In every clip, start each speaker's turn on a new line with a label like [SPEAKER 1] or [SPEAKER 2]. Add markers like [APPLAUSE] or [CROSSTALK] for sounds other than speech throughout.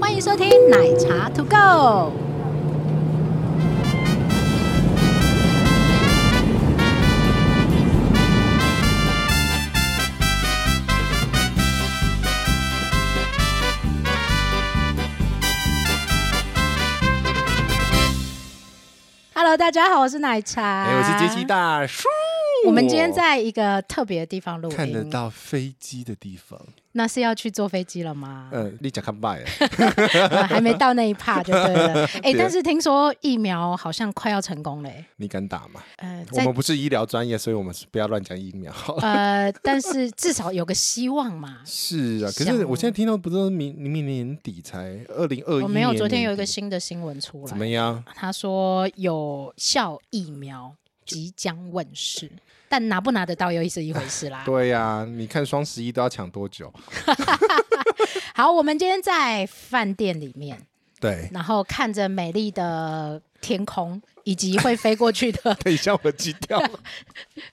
[SPEAKER 1] 欢迎收听奶茶 To Go。Hello，大家好，我是奶茶，
[SPEAKER 2] 哎、我是杰西。大叔。
[SPEAKER 1] 我们今天在一个特别的地方录音，
[SPEAKER 2] 看得，到飞机的地方，
[SPEAKER 1] 那是要去坐飞机了吗？
[SPEAKER 2] 嗯，你讲看拜，
[SPEAKER 1] [LAUGHS] 呃还没到那一趴就对了。哎、
[SPEAKER 2] [LAUGHS] 对啊
[SPEAKER 1] 但是听说疫苗好像快要成功嘞、
[SPEAKER 2] 你敢打吗？
[SPEAKER 1] 呃，
[SPEAKER 2] 我
[SPEAKER 1] 在
[SPEAKER 2] 们不是医疗专业，所以我们是不要乱讲疫苗。
[SPEAKER 1] 呃，但是至少有个希望嘛。
[SPEAKER 2] [LAUGHS] 是啊，可
[SPEAKER 1] 像
[SPEAKER 2] 是我现在听到不是明明年年底才二零二一，
[SPEAKER 1] 我没有，昨天有一个新的新闻啊出
[SPEAKER 2] 怎么
[SPEAKER 1] 来，
[SPEAKER 2] 样？
[SPEAKER 1] 他说有效疫苗即将问世，但拿不拿得到又是一回事啦。
[SPEAKER 2] 对呀、你看双十一都要抢多久？
[SPEAKER 1] 好，我们今天在饭店里面，
[SPEAKER 2] 对，
[SPEAKER 1] 然后看着美丽的天空以及会飞过去的 [LAUGHS]
[SPEAKER 2] [LAUGHS] ，等一下我急掉了，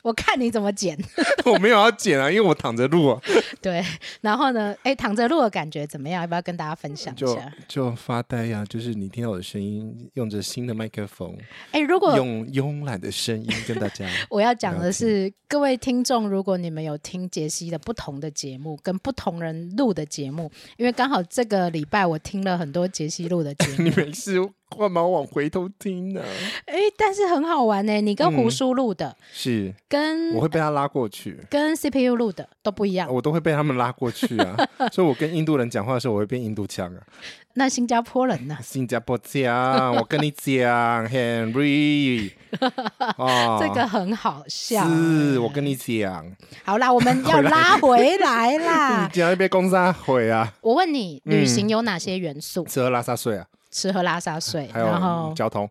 [SPEAKER 1] 我看你怎么剪。
[SPEAKER 2] 我没有要剪啊，因为我躺着录、
[SPEAKER 1] [LAUGHS]
[SPEAKER 2] 啊，
[SPEAKER 1] 对，然后呢，哎，躺着录的感觉怎么样？要不要跟大家分享一
[SPEAKER 2] 就
[SPEAKER 1] 下？
[SPEAKER 2] 就发呆呀、就是你听到我的声音，用着新的麦克风，
[SPEAKER 1] 哎，如果
[SPEAKER 2] 用慵懒的声音跟大家
[SPEAKER 1] 我要讲的是，各位听众，如果你们有听杰西的不同的节目，跟不同人录的节目，因为刚好这个礼拜我听了很多杰西录的节 [LAUGHS] 目，
[SPEAKER 2] [LAUGHS] 你没事，干嘛往回头听呢、
[SPEAKER 1] 哎，但是很好玩呢、你跟胡叔录的，
[SPEAKER 2] [LAUGHS] 是，嗯我
[SPEAKER 1] 跟
[SPEAKER 2] 会被他拉过去，
[SPEAKER 1] 跟 CPU 录的都不一样。
[SPEAKER 2] 我都会被他们拉过
[SPEAKER 1] [LAUGHS]
[SPEAKER 2] 去啊。所以我跟印度人讲话的时候，我会变印度腔啊，
[SPEAKER 1] 那新加坡人呢？
[SPEAKER 2] 新加坡腔。我跟你讲
[SPEAKER 1] [LAUGHS]
[SPEAKER 2] ，Henry，哦，
[SPEAKER 1] 这个很好笑。
[SPEAKER 2] 是，我跟你讲，
[SPEAKER 1] 好啦，我
[SPEAKER 2] [LAUGHS]
[SPEAKER 1] 们要拉回来啦
[SPEAKER 2] 你。讲一杯公沙毁啊，
[SPEAKER 1] 我问你，旅行
[SPEAKER 2] 嗯
[SPEAKER 1] 有哪些元素？
[SPEAKER 2] 吃喝拉撒睡啊，
[SPEAKER 1] 吃喝拉撒睡，
[SPEAKER 2] 还
[SPEAKER 1] 然
[SPEAKER 2] 有
[SPEAKER 1] 后
[SPEAKER 2] 交通，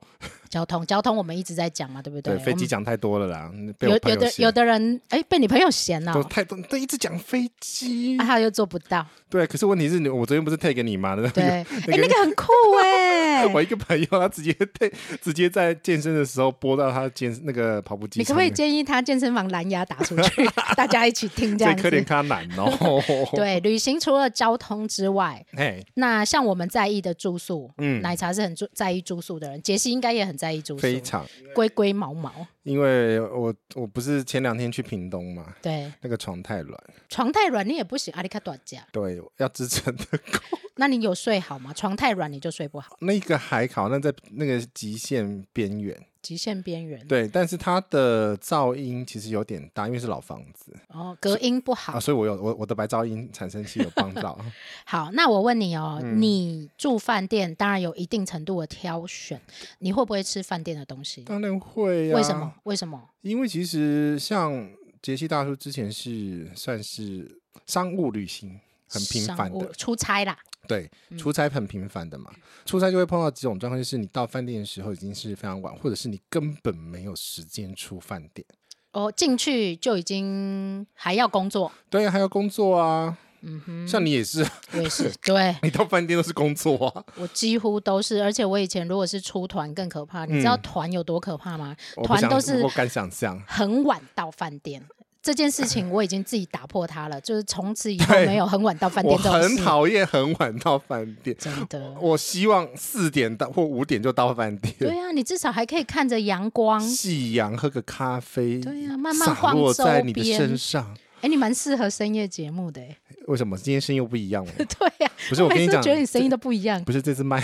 [SPEAKER 1] 交通，交通我们一直在讲嘛，对不
[SPEAKER 2] 对，
[SPEAKER 1] 我
[SPEAKER 2] 飞
[SPEAKER 1] 们
[SPEAKER 2] 机讲太多了啦，被
[SPEAKER 1] 有
[SPEAKER 2] 我朋
[SPEAKER 1] 有
[SPEAKER 2] 友
[SPEAKER 1] 的
[SPEAKER 2] 嫌
[SPEAKER 1] 有的人哎、被你朋友嫌了、
[SPEAKER 2] 都太多，都一直讲飞机
[SPEAKER 1] 啊，。他又做不
[SPEAKER 2] [LAUGHS]
[SPEAKER 1] 到。
[SPEAKER 2] 对，可是问题是你，我昨天不是 take 你吗？那
[SPEAKER 1] 对，
[SPEAKER 2] 个
[SPEAKER 1] 哎、那个很酷哎、
[SPEAKER 2] [LAUGHS] 我一个朋友，他直接 [LAUGHS] 对，直接在健身的时候播到他健那个跑步机
[SPEAKER 1] 你可
[SPEAKER 2] 上
[SPEAKER 1] 不可以
[SPEAKER 2] 面，
[SPEAKER 1] 建议他健身房蓝牙打出
[SPEAKER 2] [LAUGHS]
[SPEAKER 1] 去，大家一起听这样
[SPEAKER 2] 所以可怜
[SPEAKER 1] 子？
[SPEAKER 2] 他难哦。， [LAUGHS]
[SPEAKER 1] 对，旅行除了交通之外，
[SPEAKER 2] 哎，
[SPEAKER 1] 那像我们在意的住宿，
[SPEAKER 2] 嗯，
[SPEAKER 1] 奶茶是很住在意住宿的人，杰西应该也很在意住宿，
[SPEAKER 2] 非常，
[SPEAKER 1] 龟龟毛毛，
[SPEAKER 2] 因为我我不是前两天去屏东嘛，
[SPEAKER 1] 对，
[SPEAKER 2] 那个床太软，
[SPEAKER 1] 床太软你也不行，阿里卡多家，
[SPEAKER 2] 对，要支撑的。 [LAUGHS]
[SPEAKER 1] 那你有睡好吗？床太软你就睡不好，
[SPEAKER 2] 那个还好，那在那个极限边缘，
[SPEAKER 1] 极限边缘，
[SPEAKER 2] 对，但是它的噪音其实有点大，因为是老房子
[SPEAKER 1] 哦，隔音不好
[SPEAKER 2] 啊，，所以我有我我的白噪音产生器有
[SPEAKER 1] [LAUGHS]
[SPEAKER 2] 帮到。
[SPEAKER 1] 好，那我问你哦，
[SPEAKER 2] 嗯
[SPEAKER 1] 你住饭店当然有一定程度的挑选，你会不会吃饭店的东西？
[SPEAKER 2] 当然会啊，
[SPEAKER 1] 为什么？？为什么？
[SPEAKER 2] 因为其实像杰西大叔之前是算是商务旅行很频繁
[SPEAKER 1] 商务嗯
[SPEAKER 2] 的，
[SPEAKER 1] 出差啦，
[SPEAKER 2] 对，出差很频繁的嘛。出差就会碰到几种状况，就是你到饭店的时候已经是非常晚，或者是你根本没有时间出饭店。
[SPEAKER 1] 哦，进去就已经还要工作，
[SPEAKER 2] 对啊，还要工作啊。
[SPEAKER 1] 嗯
[SPEAKER 2] 像你也是，啊
[SPEAKER 1] 我也
[SPEAKER 2] [LAUGHS]
[SPEAKER 1] 是，对
[SPEAKER 2] 你到饭店都是工作啊。
[SPEAKER 1] 我几乎都是，而且我以前如果是出团更可怕，你知道团有多可怕吗？
[SPEAKER 2] 嗯我不
[SPEAKER 1] 团
[SPEAKER 2] 想
[SPEAKER 1] 都是
[SPEAKER 2] 我敢想象。
[SPEAKER 1] [LAUGHS] 很晚到饭店。这件事情我已经自己打破它了，就是从此以后没有很晚到饭
[SPEAKER 2] 我
[SPEAKER 1] 店这种
[SPEAKER 2] 很
[SPEAKER 1] 事，
[SPEAKER 2] 讨厌很晚到饭店，
[SPEAKER 1] 真的。
[SPEAKER 2] 我希望四点到或五点就到饭店，
[SPEAKER 1] 对啊，你至少还可以看着阳光，
[SPEAKER 2] 夕阳喝个咖啡，
[SPEAKER 1] 对呀、慢慢
[SPEAKER 2] 洒
[SPEAKER 1] 晃
[SPEAKER 2] 落
[SPEAKER 1] 周
[SPEAKER 2] 在你的
[SPEAKER 1] 边
[SPEAKER 2] 身上。
[SPEAKER 1] 哎、你蛮适合深夜节目的、欸，
[SPEAKER 2] 为什么今天声音又不一样了？
[SPEAKER 1] [LAUGHS] 对呀、
[SPEAKER 2] 不是我跟
[SPEAKER 1] 每
[SPEAKER 2] 你
[SPEAKER 1] 次都
[SPEAKER 2] 讲，
[SPEAKER 1] 觉得你声音都不一样
[SPEAKER 2] 不是这次麦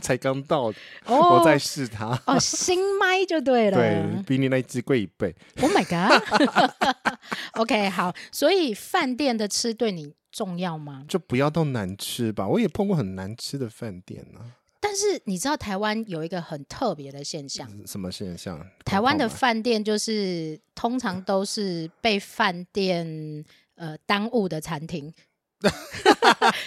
[SPEAKER 2] 才刚到，
[SPEAKER 1] 哦
[SPEAKER 2] [LAUGHS] 我在试它，
[SPEAKER 1] 哦，新麦就对啊了。
[SPEAKER 2] 对比你那一只贵一倍。
[SPEAKER 1] o h my god！OK，、OK，好，所以饭店的吃对你重要吗？
[SPEAKER 2] 就不要到难吃吧，我也碰过很难吃的饭店啊。
[SPEAKER 1] 但是你知道台湾有一个很特别的现象，
[SPEAKER 2] 什么现象？
[SPEAKER 1] 台湾的
[SPEAKER 2] 碰碰吗
[SPEAKER 1] 饭店就是通常都是被饭店呃耽误的餐
[SPEAKER 2] [LAUGHS]
[SPEAKER 1] 厅。 [LAUGHS]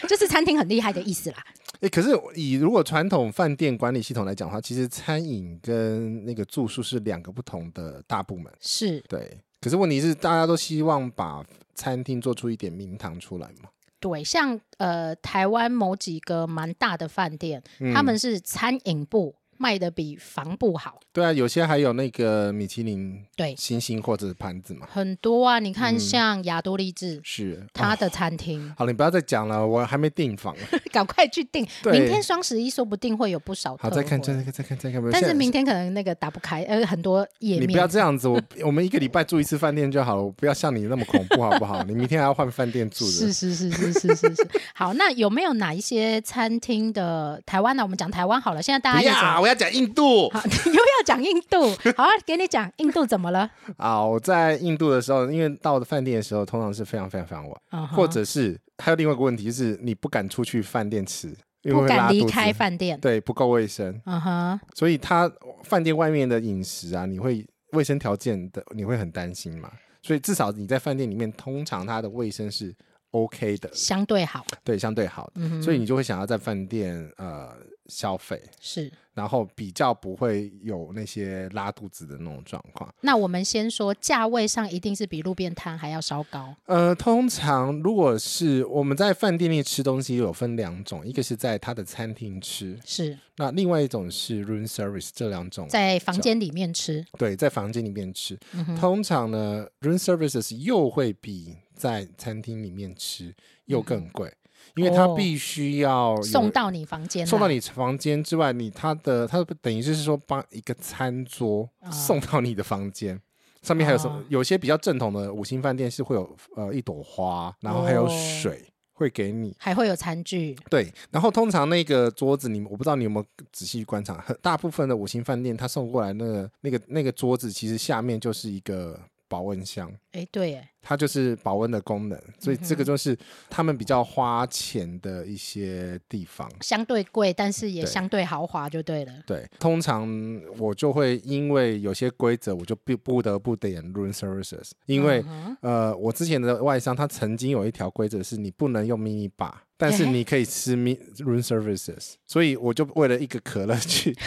[SPEAKER 1] 就是餐厅很厉害的意思啦，
[SPEAKER 2] 诶，可是以如果传统饭店管理系统来讲的话，其实餐饮跟那个住宿是两个不同的大部门。
[SPEAKER 1] 是
[SPEAKER 2] 对，可是问题是大家都希望把餐厅做出一点名堂出来嘛。
[SPEAKER 1] 对，像呃台湾某几个蛮大的饭店，
[SPEAKER 2] 嗯
[SPEAKER 1] 他们是餐饮部卖的比帆布好，
[SPEAKER 2] 对啊，有些还有那个米其林
[SPEAKER 1] 对
[SPEAKER 2] 星星或者是盘子嘛，
[SPEAKER 1] 很多啊。你看，
[SPEAKER 2] 嗯
[SPEAKER 1] 像亚多利治、
[SPEAKER 2] 是
[SPEAKER 1] 他
[SPEAKER 2] 哦
[SPEAKER 1] 的餐
[SPEAKER 2] [LAUGHS]
[SPEAKER 1] 厅，
[SPEAKER 2] 好了，你不要再讲了，我还没订房。
[SPEAKER 1] 赶快去订，
[SPEAKER 2] 对
[SPEAKER 1] 明天双十一说不定会有不少特 [LAUGHS]
[SPEAKER 2] 好，
[SPEAKER 1] 惠。
[SPEAKER 2] 再看，再看，再看，再看。
[SPEAKER 1] 哦但
[SPEAKER 2] 现
[SPEAKER 1] 是
[SPEAKER 2] 在
[SPEAKER 1] 明天可能那个打不开，呃，很多页
[SPEAKER 2] 你
[SPEAKER 1] 面。
[SPEAKER 2] 不要
[SPEAKER 1] [LAUGHS]
[SPEAKER 2] 这样子，我我们一个礼拜住一次饭店就好了，我不要像你那么恐怖，好不好？你明天还要换饭店住
[SPEAKER 1] 是
[SPEAKER 2] 的。
[SPEAKER 1] 是是是是是是。好，那有没有哪一些餐厅的台湾呢？我们讲台湾好了，现在大家
[SPEAKER 2] 不
[SPEAKER 1] 也
[SPEAKER 2] 要，我啊要讲印度
[SPEAKER 1] 好， [LAUGHS] 你又要讲印度，好、啊，给你讲印度怎么了？
[SPEAKER 2] 啊！我在印度的时候，因为到饭店的时候，通常是非常非常非常晚，
[SPEAKER 1] 嗯哼
[SPEAKER 2] 或者是还有另外一个问题，就是你不敢出去饭店吃，因为
[SPEAKER 1] 不
[SPEAKER 2] 会
[SPEAKER 1] 敢
[SPEAKER 2] 拉
[SPEAKER 1] 离
[SPEAKER 2] 肚子
[SPEAKER 1] 开饭店。
[SPEAKER 2] 对，不够卫生，
[SPEAKER 1] 嗯哼，
[SPEAKER 2] 所以他呃饭店外面的饮食啊，你会卫生条件的，你会很担心嘛？所以至少你在饭店里面，通常它的卫生是 OK 的，
[SPEAKER 1] 相对好，
[SPEAKER 2] 对，相对好的，
[SPEAKER 1] 嗯哼，
[SPEAKER 2] 所以你就会想要在饭店呃消费，
[SPEAKER 1] 是。
[SPEAKER 2] 然后比较不会有那些拉肚子的那种状况。
[SPEAKER 1] 那我们先说价位上一定是比路边摊还要稍高。
[SPEAKER 2] 呃，通常如果是我们在饭店里吃东西，有分两种，一个是在它的餐厅吃，
[SPEAKER 1] 是
[SPEAKER 2] 那另外一种是 room service，这两种
[SPEAKER 1] 在房间里面吃，
[SPEAKER 2] 对，在房间里面吃。
[SPEAKER 1] 嗯哼
[SPEAKER 2] 通常呢，room services 又会比在餐厅里面吃又更贵，因为它
[SPEAKER 1] 哦
[SPEAKER 2] 必须要有
[SPEAKER 1] 送到你房间，啊
[SPEAKER 2] 送到，你房间之外，你它的它等于就是说把一个餐桌
[SPEAKER 1] 啊
[SPEAKER 2] 送到你的房间。上面还有什么？
[SPEAKER 1] 哦
[SPEAKER 2] 有些比较正统的五星饭店是会有呃一朵花，然后还有水、
[SPEAKER 1] 哦
[SPEAKER 2] 会给你。
[SPEAKER 1] 还会有餐具。
[SPEAKER 2] 对，然后通常那个桌子你，我不知道你有没有仔细观察，很大部分的五星饭店它送过来那个那个那个桌子，其实下面就是一个保温箱，
[SPEAKER 1] 哎，对耶，
[SPEAKER 2] 它就是保温的功能，所以这
[SPEAKER 1] 嗯
[SPEAKER 2] 个就是他们比较花钱的一些地方。
[SPEAKER 1] 相对贵，但是也
[SPEAKER 2] 对
[SPEAKER 1] 相对豪华就对
[SPEAKER 2] [LAUGHS]
[SPEAKER 1] 了。
[SPEAKER 2] 对，通常我就会因为有些规则，我就不不得不点 room services，因为、
[SPEAKER 1] 嗯哼
[SPEAKER 2] 呃，我之前的外商他曾经有一条规则是你不能用 mini bar，但是
[SPEAKER 1] 诶
[SPEAKER 2] 你可以吃 mi room services，所以我就为了一个可乐去 [LAUGHS]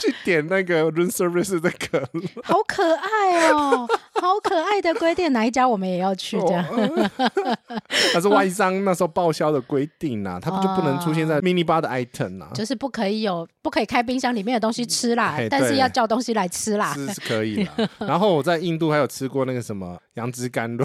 [SPEAKER 2] 去点那个 room services 的可乐。
[SPEAKER 1] 好可爱哦，好可爱的龟店，哪一家我们也要
[SPEAKER 2] 哦
[SPEAKER 1] 去？
[SPEAKER 2] [LAUGHS]
[SPEAKER 1] 这样，
[SPEAKER 2] 他是外商那时候报销的规
[SPEAKER 1] [LAUGHS]
[SPEAKER 2] 定啊，他不就不能出现在 mini bar 的 item 啊？
[SPEAKER 1] 哦就是不可以有，不可以开冰箱里面的东西吃啦
[SPEAKER 2] 嘿，
[SPEAKER 1] 但是
[SPEAKER 2] 哎对
[SPEAKER 1] 要叫东西来吃啦。 [LAUGHS]
[SPEAKER 2] 是是可以啦。然后我在印度还有吃过那个什么杨枝甘露，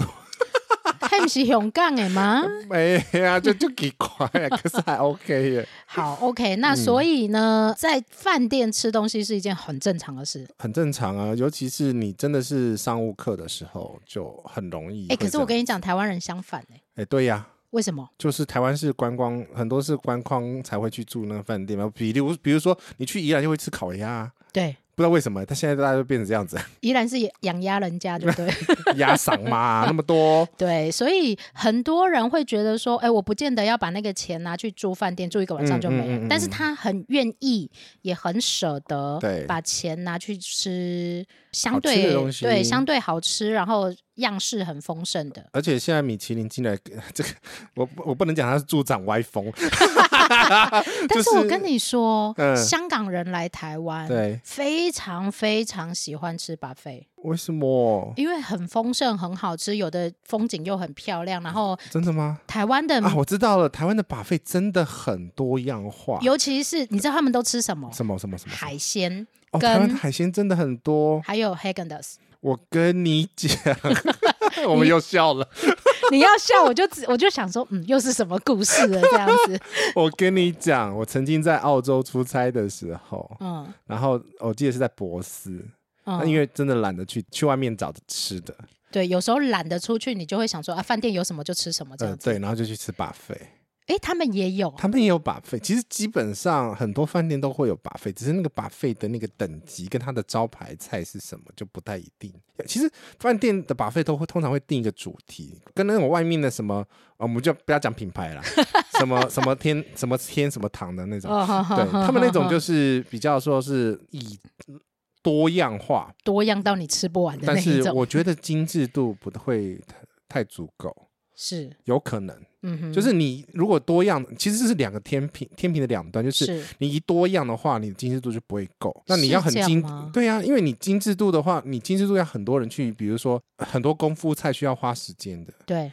[SPEAKER 2] [LAUGHS]
[SPEAKER 1] 还不是 [LAUGHS] 熊杠哎吗？
[SPEAKER 2] 没呀，就就奇怪啊， [LAUGHS] 可是还 OK 耶，
[SPEAKER 1] 好，OK，那
[SPEAKER 2] 嗯
[SPEAKER 1] 所以呢，在饭店吃东西是一件很正常的事。
[SPEAKER 2] 很正常啊。尤其是你真的是商务课的时候，就很容易。
[SPEAKER 1] 哎，可是我跟你，讲，台湾人相反哎，
[SPEAKER 2] 哎，对呀、
[SPEAKER 1] 为什么？
[SPEAKER 2] 就是台湾是观光，很多是观光才会去住那个饭店嘛。比如，比如说你去宜兰就会吃烤鸭、啊，
[SPEAKER 1] 对，
[SPEAKER 2] 不知道为什么，但现在大家都变成这样子，
[SPEAKER 1] 依然是养鸭人家，对不 [LAUGHS] 对？
[SPEAKER 2] 鸭嗓嘛，那么多。
[SPEAKER 1] 对，所以很多人会觉得说，哎，我不见得要把那个钱拿去住饭店住一个晚上就没了，
[SPEAKER 2] 嗯嗯嗯嗯
[SPEAKER 1] 但是他很愿意，也很舍得
[SPEAKER 2] 对，
[SPEAKER 1] 把钱拿去吃相
[SPEAKER 2] 好吃的
[SPEAKER 1] 对
[SPEAKER 2] 东西
[SPEAKER 1] 对相对好吃，然后样式很丰盛的。
[SPEAKER 2] 而且现在米其林进来， [LAUGHS] 这个我我不能讲它是助长歪风，
[SPEAKER 1] 但是
[SPEAKER 2] 嗯就
[SPEAKER 1] 我
[SPEAKER 2] 是
[SPEAKER 1] 跟你说，
[SPEAKER 2] 嗯
[SPEAKER 1] 香港人来台湾，
[SPEAKER 2] 对，
[SPEAKER 1] 非常非常喜欢吃 buffet，
[SPEAKER 2] 为什么？
[SPEAKER 1] 因为很丰盛、很好吃，有的风景又很漂亮，然后
[SPEAKER 2] 真的吗？
[SPEAKER 1] 台湾的。
[SPEAKER 2] 啊，我知道了，台湾的把费真的很多样化，
[SPEAKER 1] 尤其是你知道他们都吃什么？
[SPEAKER 2] 什么什么什么
[SPEAKER 1] 海鲜，
[SPEAKER 2] 哦，台湾
[SPEAKER 1] 跟
[SPEAKER 2] 的海鲜真的很多。
[SPEAKER 1] 还有 Hagen d a s
[SPEAKER 2] 我跟你
[SPEAKER 1] [LAUGHS]
[SPEAKER 2] 讲， [LAUGHS] 我们又笑了。
[SPEAKER 1] 你要笑，我就只我就想说，嗯，又是什么故事了这样
[SPEAKER 2] [LAUGHS]
[SPEAKER 1] 子，
[SPEAKER 2] 我跟你讲，我曾经在澳洲出差的时候，
[SPEAKER 1] 嗯
[SPEAKER 2] 然后我记得是在博斯，那、
[SPEAKER 1] 嗯，
[SPEAKER 2] 因为真的懒得去去外面找吃的，呃
[SPEAKER 1] 对，有时候懒得出去，你就会想说啊，饭店有什么就吃什么这
[SPEAKER 2] 呃，
[SPEAKER 1] 样子。
[SPEAKER 2] 对，然后就去吃把费。
[SPEAKER 1] 诶，他们也有，
[SPEAKER 2] 他们也有把费，其实基本上很多饭店都会有把费，只是那个把费的那个等级跟它的招牌菜是什么就不太一定。其实饭店的把费都会通常会定一个主题，跟那种外面的什么，呃我们就不要讲品牌啦， [LAUGHS] 什么什么天什么天什么堂的那种，
[SPEAKER 1] 哦，哈哈
[SPEAKER 2] 对
[SPEAKER 1] 哈
[SPEAKER 2] 他们那种
[SPEAKER 1] 哈
[SPEAKER 2] 就
[SPEAKER 1] 哈
[SPEAKER 2] 是比较说是以多样化，
[SPEAKER 1] 多样到你吃不完的
[SPEAKER 2] 但
[SPEAKER 1] 那一
[SPEAKER 2] 是
[SPEAKER 1] 种，
[SPEAKER 2] 我觉得精致度不会太太足够，
[SPEAKER 1] 是，
[SPEAKER 2] 有可能。
[SPEAKER 1] 嗯哼，
[SPEAKER 2] 就是你如果多样，其实这是两个天平天平的两端，就是
[SPEAKER 1] 是
[SPEAKER 2] 你一多样的话，你的精致度就不会够。那你要很
[SPEAKER 1] 是这样
[SPEAKER 2] 精
[SPEAKER 1] 吗，
[SPEAKER 2] 对啊呀、因为你精致度的话，你精致度要很多人去，比如说很多功夫菜需要花时间的，
[SPEAKER 1] 对，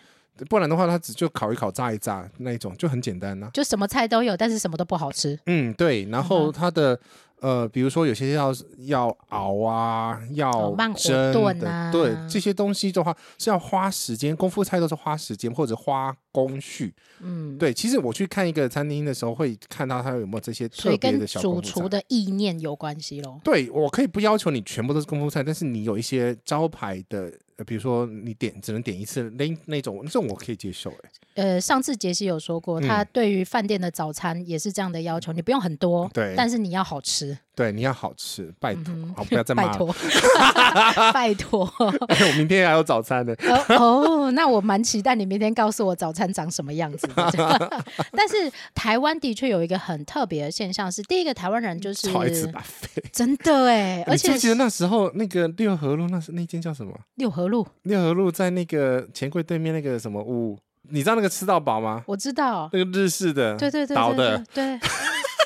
[SPEAKER 2] 不然的话，他只就烤一烤、炸一炸那一种，就很简单呐、啊
[SPEAKER 1] 就什么菜都有，但是什么都不好吃。
[SPEAKER 2] 嗯，对。然
[SPEAKER 1] 嗯哼
[SPEAKER 2] 后它的、呃，比如说有些要要熬啊，要
[SPEAKER 1] 慢火
[SPEAKER 2] 蒸的，
[SPEAKER 1] 炖啊
[SPEAKER 2] 对这些东西的话是要花时间，功夫菜都是花时间或者花工序。
[SPEAKER 1] 嗯，
[SPEAKER 2] 对，其实我去看一个餐厅的时候，会看到它有没有这些
[SPEAKER 1] 所
[SPEAKER 2] 特
[SPEAKER 1] 以
[SPEAKER 2] 别
[SPEAKER 1] 跟
[SPEAKER 2] 的小
[SPEAKER 1] 主
[SPEAKER 2] 功夫
[SPEAKER 1] 厨
[SPEAKER 2] 菜。
[SPEAKER 1] 的意念有关系咯。
[SPEAKER 2] 对，我可以不要求你全部都是功夫菜，但是你有一些招牌的，呃、比如说你点只能点一次那那种，这种我可以接受、欸。
[SPEAKER 1] 呃，上次杰西有说过，他
[SPEAKER 2] 嗯
[SPEAKER 1] 对于饭店的早餐也是这样的要求，你不用很多，
[SPEAKER 2] 对
[SPEAKER 1] 但是你要好吃，
[SPEAKER 2] 对，你要好吃，拜托，
[SPEAKER 1] 嗯哼
[SPEAKER 2] 好不
[SPEAKER 1] [LAUGHS]
[SPEAKER 2] 要再
[SPEAKER 1] 拜
[SPEAKER 2] 骂了。
[SPEAKER 1] 托， [LAUGHS] 拜托。
[SPEAKER 2] 我明天还有早餐呢。
[SPEAKER 1] 哦哦，那我蛮期待你明天告诉我早餐长什么样子的。 [LAUGHS] 但是台湾的确有一个很特别的现象是，第一个台湾人就是
[SPEAKER 2] 超爱吃巴菲。
[SPEAKER 1] 真的哎，而
[SPEAKER 2] 你记
[SPEAKER 1] 且
[SPEAKER 2] 不记得那时候那个六合路那是那间叫什么？
[SPEAKER 1] 六合路
[SPEAKER 2] 六合路在那个钱柜对面那个什么屋，你知道那个吃到饱吗？
[SPEAKER 1] 我知道，
[SPEAKER 2] 那个日式的，
[SPEAKER 1] 对对对
[SPEAKER 2] 倒
[SPEAKER 1] 对
[SPEAKER 2] 的
[SPEAKER 1] 对对，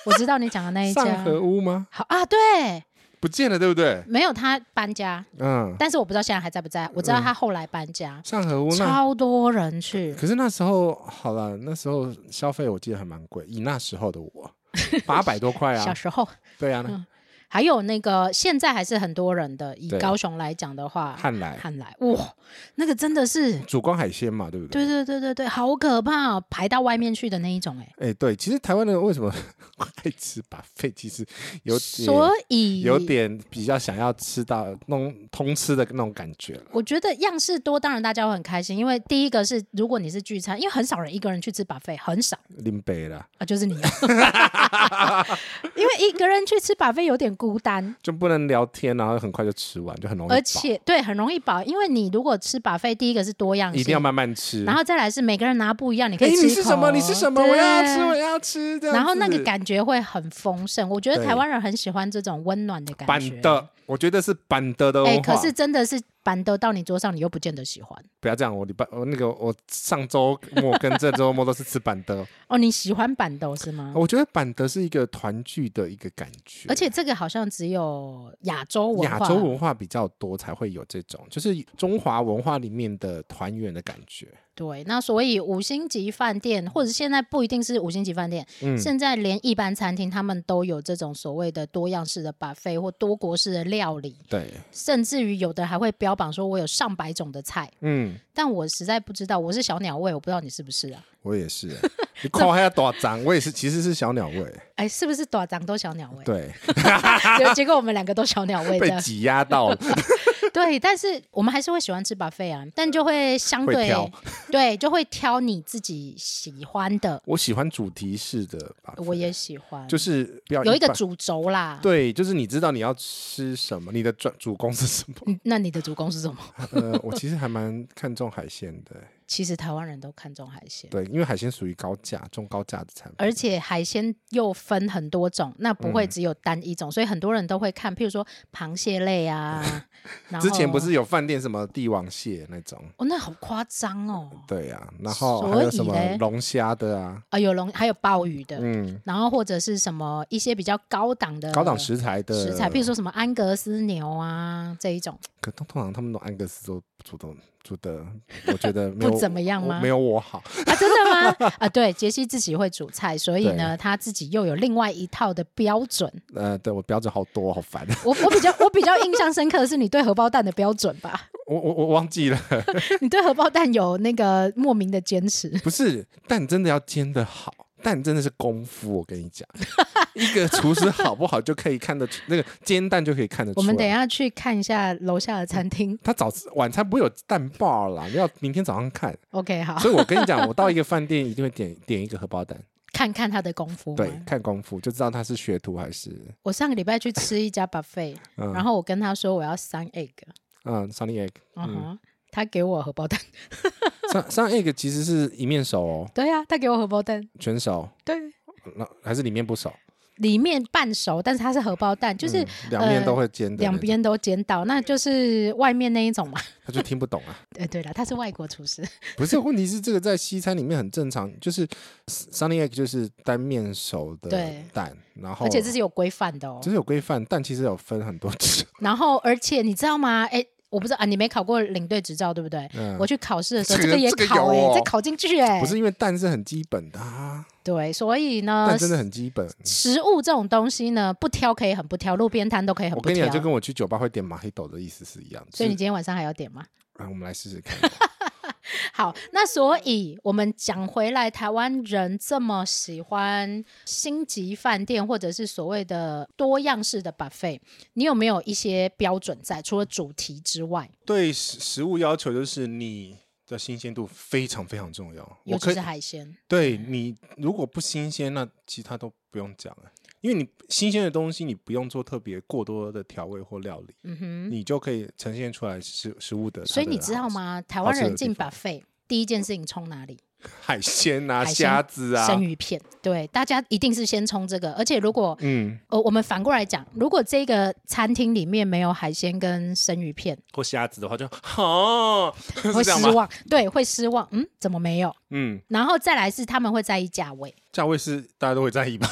[SPEAKER 1] 我知道你讲的那一
[SPEAKER 2] 上
[SPEAKER 1] 家。
[SPEAKER 2] 河屋吗？
[SPEAKER 1] 好啊，对，
[SPEAKER 2] 不见了，对不对？
[SPEAKER 1] 没有他搬家，
[SPEAKER 2] 嗯，
[SPEAKER 1] 但是我不知道现在还在不在。我知道他后来搬家，
[SPEAKER 2] 上河屋嗯那。
[SPEAKER 1] 超多人去。
[SPEAKER 2] 可是那时候好了，那时候消费我记得还蛮贵，以那时候的
[SPEAKER 1] [LAUGHS]
[SPEAKER 2] 我，八百多块
[SPEAKER 1] 小
[SPEAKER 2] 啊，
[SPEAKER 1] 时候
[SPEAKER 2] 对啊，
[SPEAKER 1] 嗯还有那个，现在还是很多人的。以
[SPEAKER 2] 对
[SPEAKER 1] 高雄来讲的话，
[SPEAKER 2] 汉来
[SPEAKER 1] 汉来哇，那个真的是，
[SPEAKER 2] 主光海鲜嘛，对不对？
[SPEAKER 1] 对对对对对，好可怕、哦，排到外面去的那一种哎、
[SPEAKER 2] 哎、对，其实台湾人为什么 [LAUGHS] 爱吃把费，其实有
[SPEAKER 1] 所
[SPEAKER 2] 点
[SPEAKER 1] 以
[SPEAKER 2] 有点比较想要吃到弄通吃的那种感觉了。
[SPEAKER 1] 我觉得样式多，当然大家会很开心，因为第一个是如果你是聚餐，因为很少人一个人去吃 buffet，很少
[SPEAKER 2] 林北啦，
[SPEAKER 1] 啊，就是你， [LAUGHS] 因为一个人去吃 buffet 有点孤单，
[SPEAKER 2] 就不能聊天，然后很快就吃完，就很容易饱
[SPEAKER 1] 而且对很容易饱，因为你如果吃 buffet，第一个是多样
[SPEAKER 2] 一定要
[SPEAKER 1] 性，
[SPEAKER 2] 慢慢吃。
[SPEAKER 1] 然后再来是每个人拿不一样，你可
[SPEAKER 2] 哎，
[SPEAKER 1] 以吃、
[SPEAKER 2] 你是什么？你是什么？我要吃，
[SPEAKER 1] 对
[SPEAKER 2] 我要吃。这样
[SPEAKER 1] 然后那个
[SPEAKER 2] 子
[SPEAKER 1] 感觉会很丰盛，我觉得
[SPEAKER 2] 对
[SPEAKER 1] 台湾人很喜欢这种温暖的感觉。
[SPEAKER 2] 板的，我觉得是板的的
[SPEAKER 1] 哎、
[SPEAKER 2] 文化。
[SPEAKER 1] 可是真的是板豆到你桌上，你又不见得喜欢
[SPEAKER 2] 不要这样，我礼拜我那个我上周末跟这周末都是吃板
[SPEAKER 1] [LAUGHS]
[SPEAKER 2] 的，
[SPEAKER 1] 哦。你喜欢板豆是吗？
[SPEAKER 2] 我觉得板的是一个团聚的一个感觉，
[SPEAKER 1] 而且这个好像只有亚洲文
[SPEAKER 2] 亚
[SPEAKER 1] 化，
[SPEAKER 2] 洲文化比较多才会有这种，就是中华文化里面的团圆的感觉。
[SPEAKER 1] 对。那所以五星级饭店，或者现在不一定是五星级饭店，
[SPEAKER 2] 嗯，
[SPEAKER 1] 现在连一般餐厅他们都有这种所谓的多样式的 buffet 或多国式的料理，
[SPEAKER 2] 对，
[SPEAKER 1] 甚至于有的还会标榜说我有上百种的菜，
[SPEAKER 2] 嗯，
[SPEAKER 1] 但我实在不知道，我是小鸟胃，我不知道你是不是啊？
[SPEAKER 2] 我
[SPEAKER 1] [LAUGHS]
[SPEAKER 2] 也是。你口还要多脏，我也是，其实是小鸟胃，
[SPEAKER 1] 哎，是不是短长都小鸟胃？ [LAUGHS] 啊
[SPEAKER 2] 对，
[SPEAKER 1] 结结果我们两个都小鸟胃
[SPEAKER 2] 被
[SPEAKER 1] 的，
[SPEAKER 2] 挤
[SPEAKER 1] [LAUGHS]
[SPEAKER 2] 压到了。
[SPEAKER 1] 对，但是我们还是会喜欢吃 buffet 啊，但就会相
[SPEAKER 2] 会
[SPEAKER 1] 对
[SPEAKER 2] 挑
[SPEAKER 1] 对，就会挑你自己喜欢的，
[SPEAKER 2] 我喜欢主题式的吧，
[SPEAKER 1] 我也喜欢，
[SPEAKER 2] 就是不要
[SPEAKER 1] 有一个
[SPEAKER 2] 般
[SPEAKER 1] 主轴啦。。
[SPEAKER 2] 对，就是你知道你要吃什么，你的主主攻是什么
[SPEAKER 1] 嗯，那你的主攻是什么？ [LAUGHS]
[SPEAKER 2] 呃，我其实还蛮看重海鲜的，
[SPEAKER 1] 其实台湾人都看重海鲜，
[SPEAKER 2] 对，因为海鲜属于高价、中高价的产品。
[SPEAKER 1] 而且海鲜又分很多种，那不会只有单一种，所以很多人都会看，譬如说螃蟹类 [LAUGHS] 啊。然后
[SPEAKER 2] 之前不是有饭店什么帝王蟹那种，
[SPEAKER 1] 哦，那好夸张哦！
[SPEAKER 2] 对呀、然后
[SPEAKER 1] 所
[SPEAKER 2] 还有什
[SPEAKER 1] 以嘞
[SPEAKER 2] 么龙虾的啊，
[SPEAKER 1] 啊，有龙，还有鲍鱼的，
[SPEAKER 2] 嗯，
[SPEAKER 1] 然后或者是什么一些比较高档的
[SPEAKER 2] 高档食材的
[SPEAKER 1] 食材，比如说什么安格斯牛啊这一种，
[SPEAKER 2] 可通通常他们都安格斯都煮的煮的，我觉得
[SPEAKER 1] [LAUGHS]
[SPEAKER 2] 没
[SPEAKER 1] 不
[SPEAKER 2] 有
[SPEAKER 1] 怎么样
[SPEAKER 2] 我
[SPEAKER 1] 吗
[SPEAKER 2] 没有我好，
[SPEAKER 1] 啊，真的吗？ [LAUGHS] 啊，对，杰西自己会煮菜，所以呢，他自己又有另外一套的标准。
[SPEAKER 2] 呃，对我标准好多，好烦，
[SPEAKER 1] 我我比较我比较印象深刻的是你对荷包蛋的标准吧？
[SPEAKER 2] 我我我忘记了，
[SPEAKER 1] 你对荷包蛋有那个莫名的坚持，
[SPEAKER 2] 不是蛋真的要煎的好。蛋真的是功夫，我跟你
[SPEAKER 1] [LAUGHS]
[SPEAKER 2] 讲，一个厨师好不好就可以看得出，那个煎蛋就可以看得出
[SPEAKER 1] 我
[SPEAKER 2] 来。
[SPEAKER 1] 们等一下去看一下楼下的餐厅。
[SPEAKER 2] 他早晚餐不会有蛋爆啦，你要明天早
[SPEAKER 1] [LAUGHS]
[SPEAKER 2] 上看。
[SPEAKER 1] OK，好，
[SPEAKER 2] 所以我跟你讲，我到一个饭店一定会点点一个荷
[SPEAKER 1] [LAUGHS]
[SPEAKER 2] 包蛋，
[SPEAKER 1] 看看他的功夫。
[SPEAKER 2] 对，，看功夫就知道他是学徒还是
[SPEAKER 1] 我上个礼拜去吃一家 buffet，
[SPEAKER 2] 嗯
[SPEAKER 1] 然后我跟他说我要三 egg，
[SPEAKER 2] 嗯 s u n n egg。
[SPEAKER 1] 嗯哼，他给我荷包蛋。
[SPEAKER 2] 上上 egg 其实是一面熟哦，
[SPEAKER 1] 对啊，他给我荷包蛋，
[SPEAKER 2] 全熟，
[SPEAKER 1] 对，
[SPEAKER 2] 那还是里面不熟，
[SPEAKER 1] 里面半熟，但是它是荷包蛋，就是呃
[SPEAKER 2] 嗯两面都会煎的，
[SPEAKER 1] 两，边都煎到，那就是外面那一种嘛。呃
[SPEAKER 2] 他就听不懂
[SPEAKER 1] [LAUGHS]
[SPEAKER 2] 啊。
[SPEAKER 1] 对对了，他是外国厨师，
[SPEAKER 2] 不是，问题是这个在西餐里面很正常，就是 sunny egg 就是单面熟
[SPEAKER 1] 对
[SPEAKER 2] 的蛋，然后
[SPEAKER 1] 而且这是有规范的哦
[SPEAKER 2] 这。是有规范，蛋其实有分很多种，
[SPEAKER 1] 然后，而且你知道吗？哎，我不知道啊，你没考过领队执照对不对？
[SPEAKER 2] 嗯
[SPEAKER 1] 我，去考试的时候，
[SPEAKER 2] 这
[SPEAKER 1] 这
[SPEAKER 2] 个
[SPEAKER 1] 个也
[SPEAKER 2] 这个
[SPEAKER 1] 考哎、
[SPEAKER 2] 有哦
[SPEAKER 1] 这考进去哎、
[SPEAKER 2] 不是因为蛋是很基本的啊，
[SPEAKER 1] 对，所以呢
[SPEAKER 2] 蛋，真的很基本。
[SPEAKER 1] 食物这种东西呢，不挑可以很不挑，路边摊都哎可以很
[SPEAKER 2] 我
[SPEAKER 1] 不
[SPEAKER 2] 跟你
[SPEAKER 1] 挑
[SPEAKER 2] 讲，。就跟我去酒吧会点马黑豆的意思是一样。
[SPEAKER 1] 所以你
[SPEAKER 2] 就是
[SPEAKER 1] 今天晚上还要点吗？
[SPEAKER 2] 啊，我们来试试看。
[SPEAKER 1] 好，那所以我们讲回来，台湾人这么喜欢星级饭店或者是所谓的多样式的 buffet，你有没有一些标准在？除了主题之外，
[SPEAKER 2] 对食食物要求就是你的新鲜度非常非常重要。
[SPEAKER 1] 尤
[SPEAKER 2] 我
[SPEAKER 1] 其
[SPEAKER 2] 可以
[SPEAKER 1] 是海鲜，
[SPEAKER 2] 对你如果不新鲜，那其他都不用讲了，因为你新鲜的东西你不用做特别过多的调味或料理，
[SPEAKER 1] 嗯哼。
[SPEAKER 2] 你就可以呈现出来食食物的。
[SPEAKER 1] 所以你知道？吗？台湾
[SPEAKER 2] 好吃的
[SPEAKER 1] 人进
[SPEAKER 2] 地方
[SPEAKER 1] buffet 第一件事情冲哪里？
[SPEAKER 2] 海鲜啊，
[SPEAKER 1] 海鲜
[SPEAKER 2] 虾子啊，
[SPEAKER 1] 生鱼片。对，大家一定是先冲这个。而且如果
[SPEAKER 2] 嗯，
[SPEAKER 1] 呃，我们反过来讲，如果这个餐厅里面没有海鲜跟生鱼片，
[SPEAKER 2] 或虾子的话就好，
[SPEAKER 1] 会
[SPEAKER 2] 是这样
[SPEAKER 1] 失
[SPEAKER 2] 吗？
[SPEAKER 1] 望。对，会失望。嗯，怎么没有？
[SPEAKER 2] 嗯，
[SPEAKER 1] 然后再来是他们会在意价位。
[SPEAKER 2] 价位是大家都会在意吧？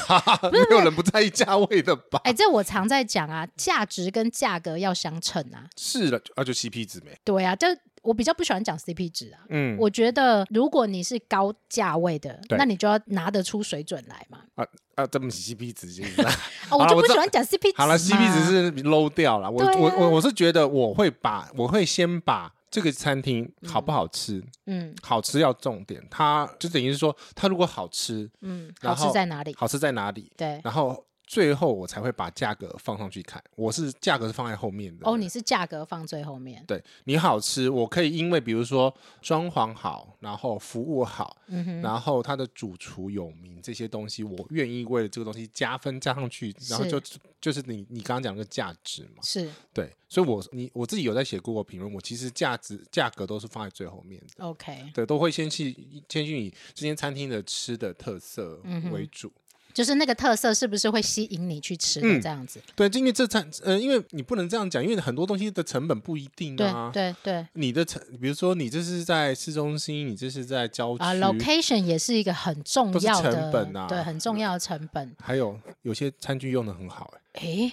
[SPEAKER 2] 没有人不在意价位的吧？
[SPEAKER 1] 哎，这我常在讲啊，价值跟价格要相称啊。
[SPEAKER 2] 是了，啊，就 CP 值没？
[SPEAKER 1] 对啊，这我比较不喜欢讲 CP 值啊。
[SPEAKER 2] 嗯，
[SPEAKER 1] 我觉得，如果你是高价位的，
[SPEAKER 2] 对
[SPEAKER 1] 那你就要拿得出水准来嘛。
[SPEAKER 2] 啊啊，这么 CP 值
[SPEAKER 1] [LAUGHS]
[SPEAKER 2] 就是这样。
[SPEAKER 1] 啊，我
[SPEAKER 2] 好啦
[SPEAKER 1] 就
[SPEAKER 2] 我
[SPEAKER 1] 不
[SPEAKER 2] 知
[SPEAKER 1] 喜
[SPEAKER 2] 道
[SPEAKER 1] 欢讲 CP 值嘛。
[SPEAKER 2] 好了，CP 值是 low 掉了。我、
[SPEAKER 1] 对啊
[SPEAKER 2] 我我我是觉得我会把我会先把这个餐厅好不好吃，
[SPEAKER 1] 嗯
[SPEAKER 2] 好吃要重点。它就等于是说，它如果好吃，
[SPEAKER 1] 嗯，好
[SPEAKER 2] 然后
[SPEAKER 1] 吃在哪里？
[SPEAKER 2] 好吃在哪里，
[SPEAKER 1] 对，
[SPEAKER 2] 然后最后我才会把价格放上去看。我是价格是放在后面的
[SPEAKER 1] 哦，你是价格放最后面。
[SPEAKER 2] 对你好吃，我可以因为比如说装潢好，然后服务好，
[SPEAKER 1] 嗯哼，
[SPEAKER 2] 然后它的主厨有名这些东西，我愿意为了这个东西加分加上去，然后
[SPEAKER 1] 是
[SPEAKER 2] 就就是你你刚刚讲那个价值嘛，
[SPEAKER 1] 是
[SPEAKER 2] 对，所以我你我自己有在写 Google 评论，我其实价值价格都是放在最后面的。
[SPEAKER 1] OK，
[SPEAKER 2] 对，都会先去先去以这间餐厅的吃的特色
[SPEAKER 1] 嗯
[SPEAKER 2] 为主。
[SPEAKER 1] 就是那个特色是不是会吸引你去吃的
[SPEAKER 2] 嗯
[SPEAKER 1] 这样子？
[SPEAKER 2] 对，因为这餐呃，因为你不能这样讲，因为很多东西的成本不一定
[SPEAKER 1] 对
[SPEAKER 2] 啊。
[SPEAKER 1] 对对。
[SPEAKER 2] 你的成，比如说你这是在市中心，你这是在郊区，
[SPEAKER 1] 啊，location 也是一个很重
[SPEAKER 2] 都是
[SPEAKER 1] 要的
[SPEAKER 2] 成本啊
[SPEAKER 1] 对，很重要的成本。
[SPEAKER 2] 还有有些餐具用的很好、欸， [LAUGHS]
[SPEAKER 1] 诶，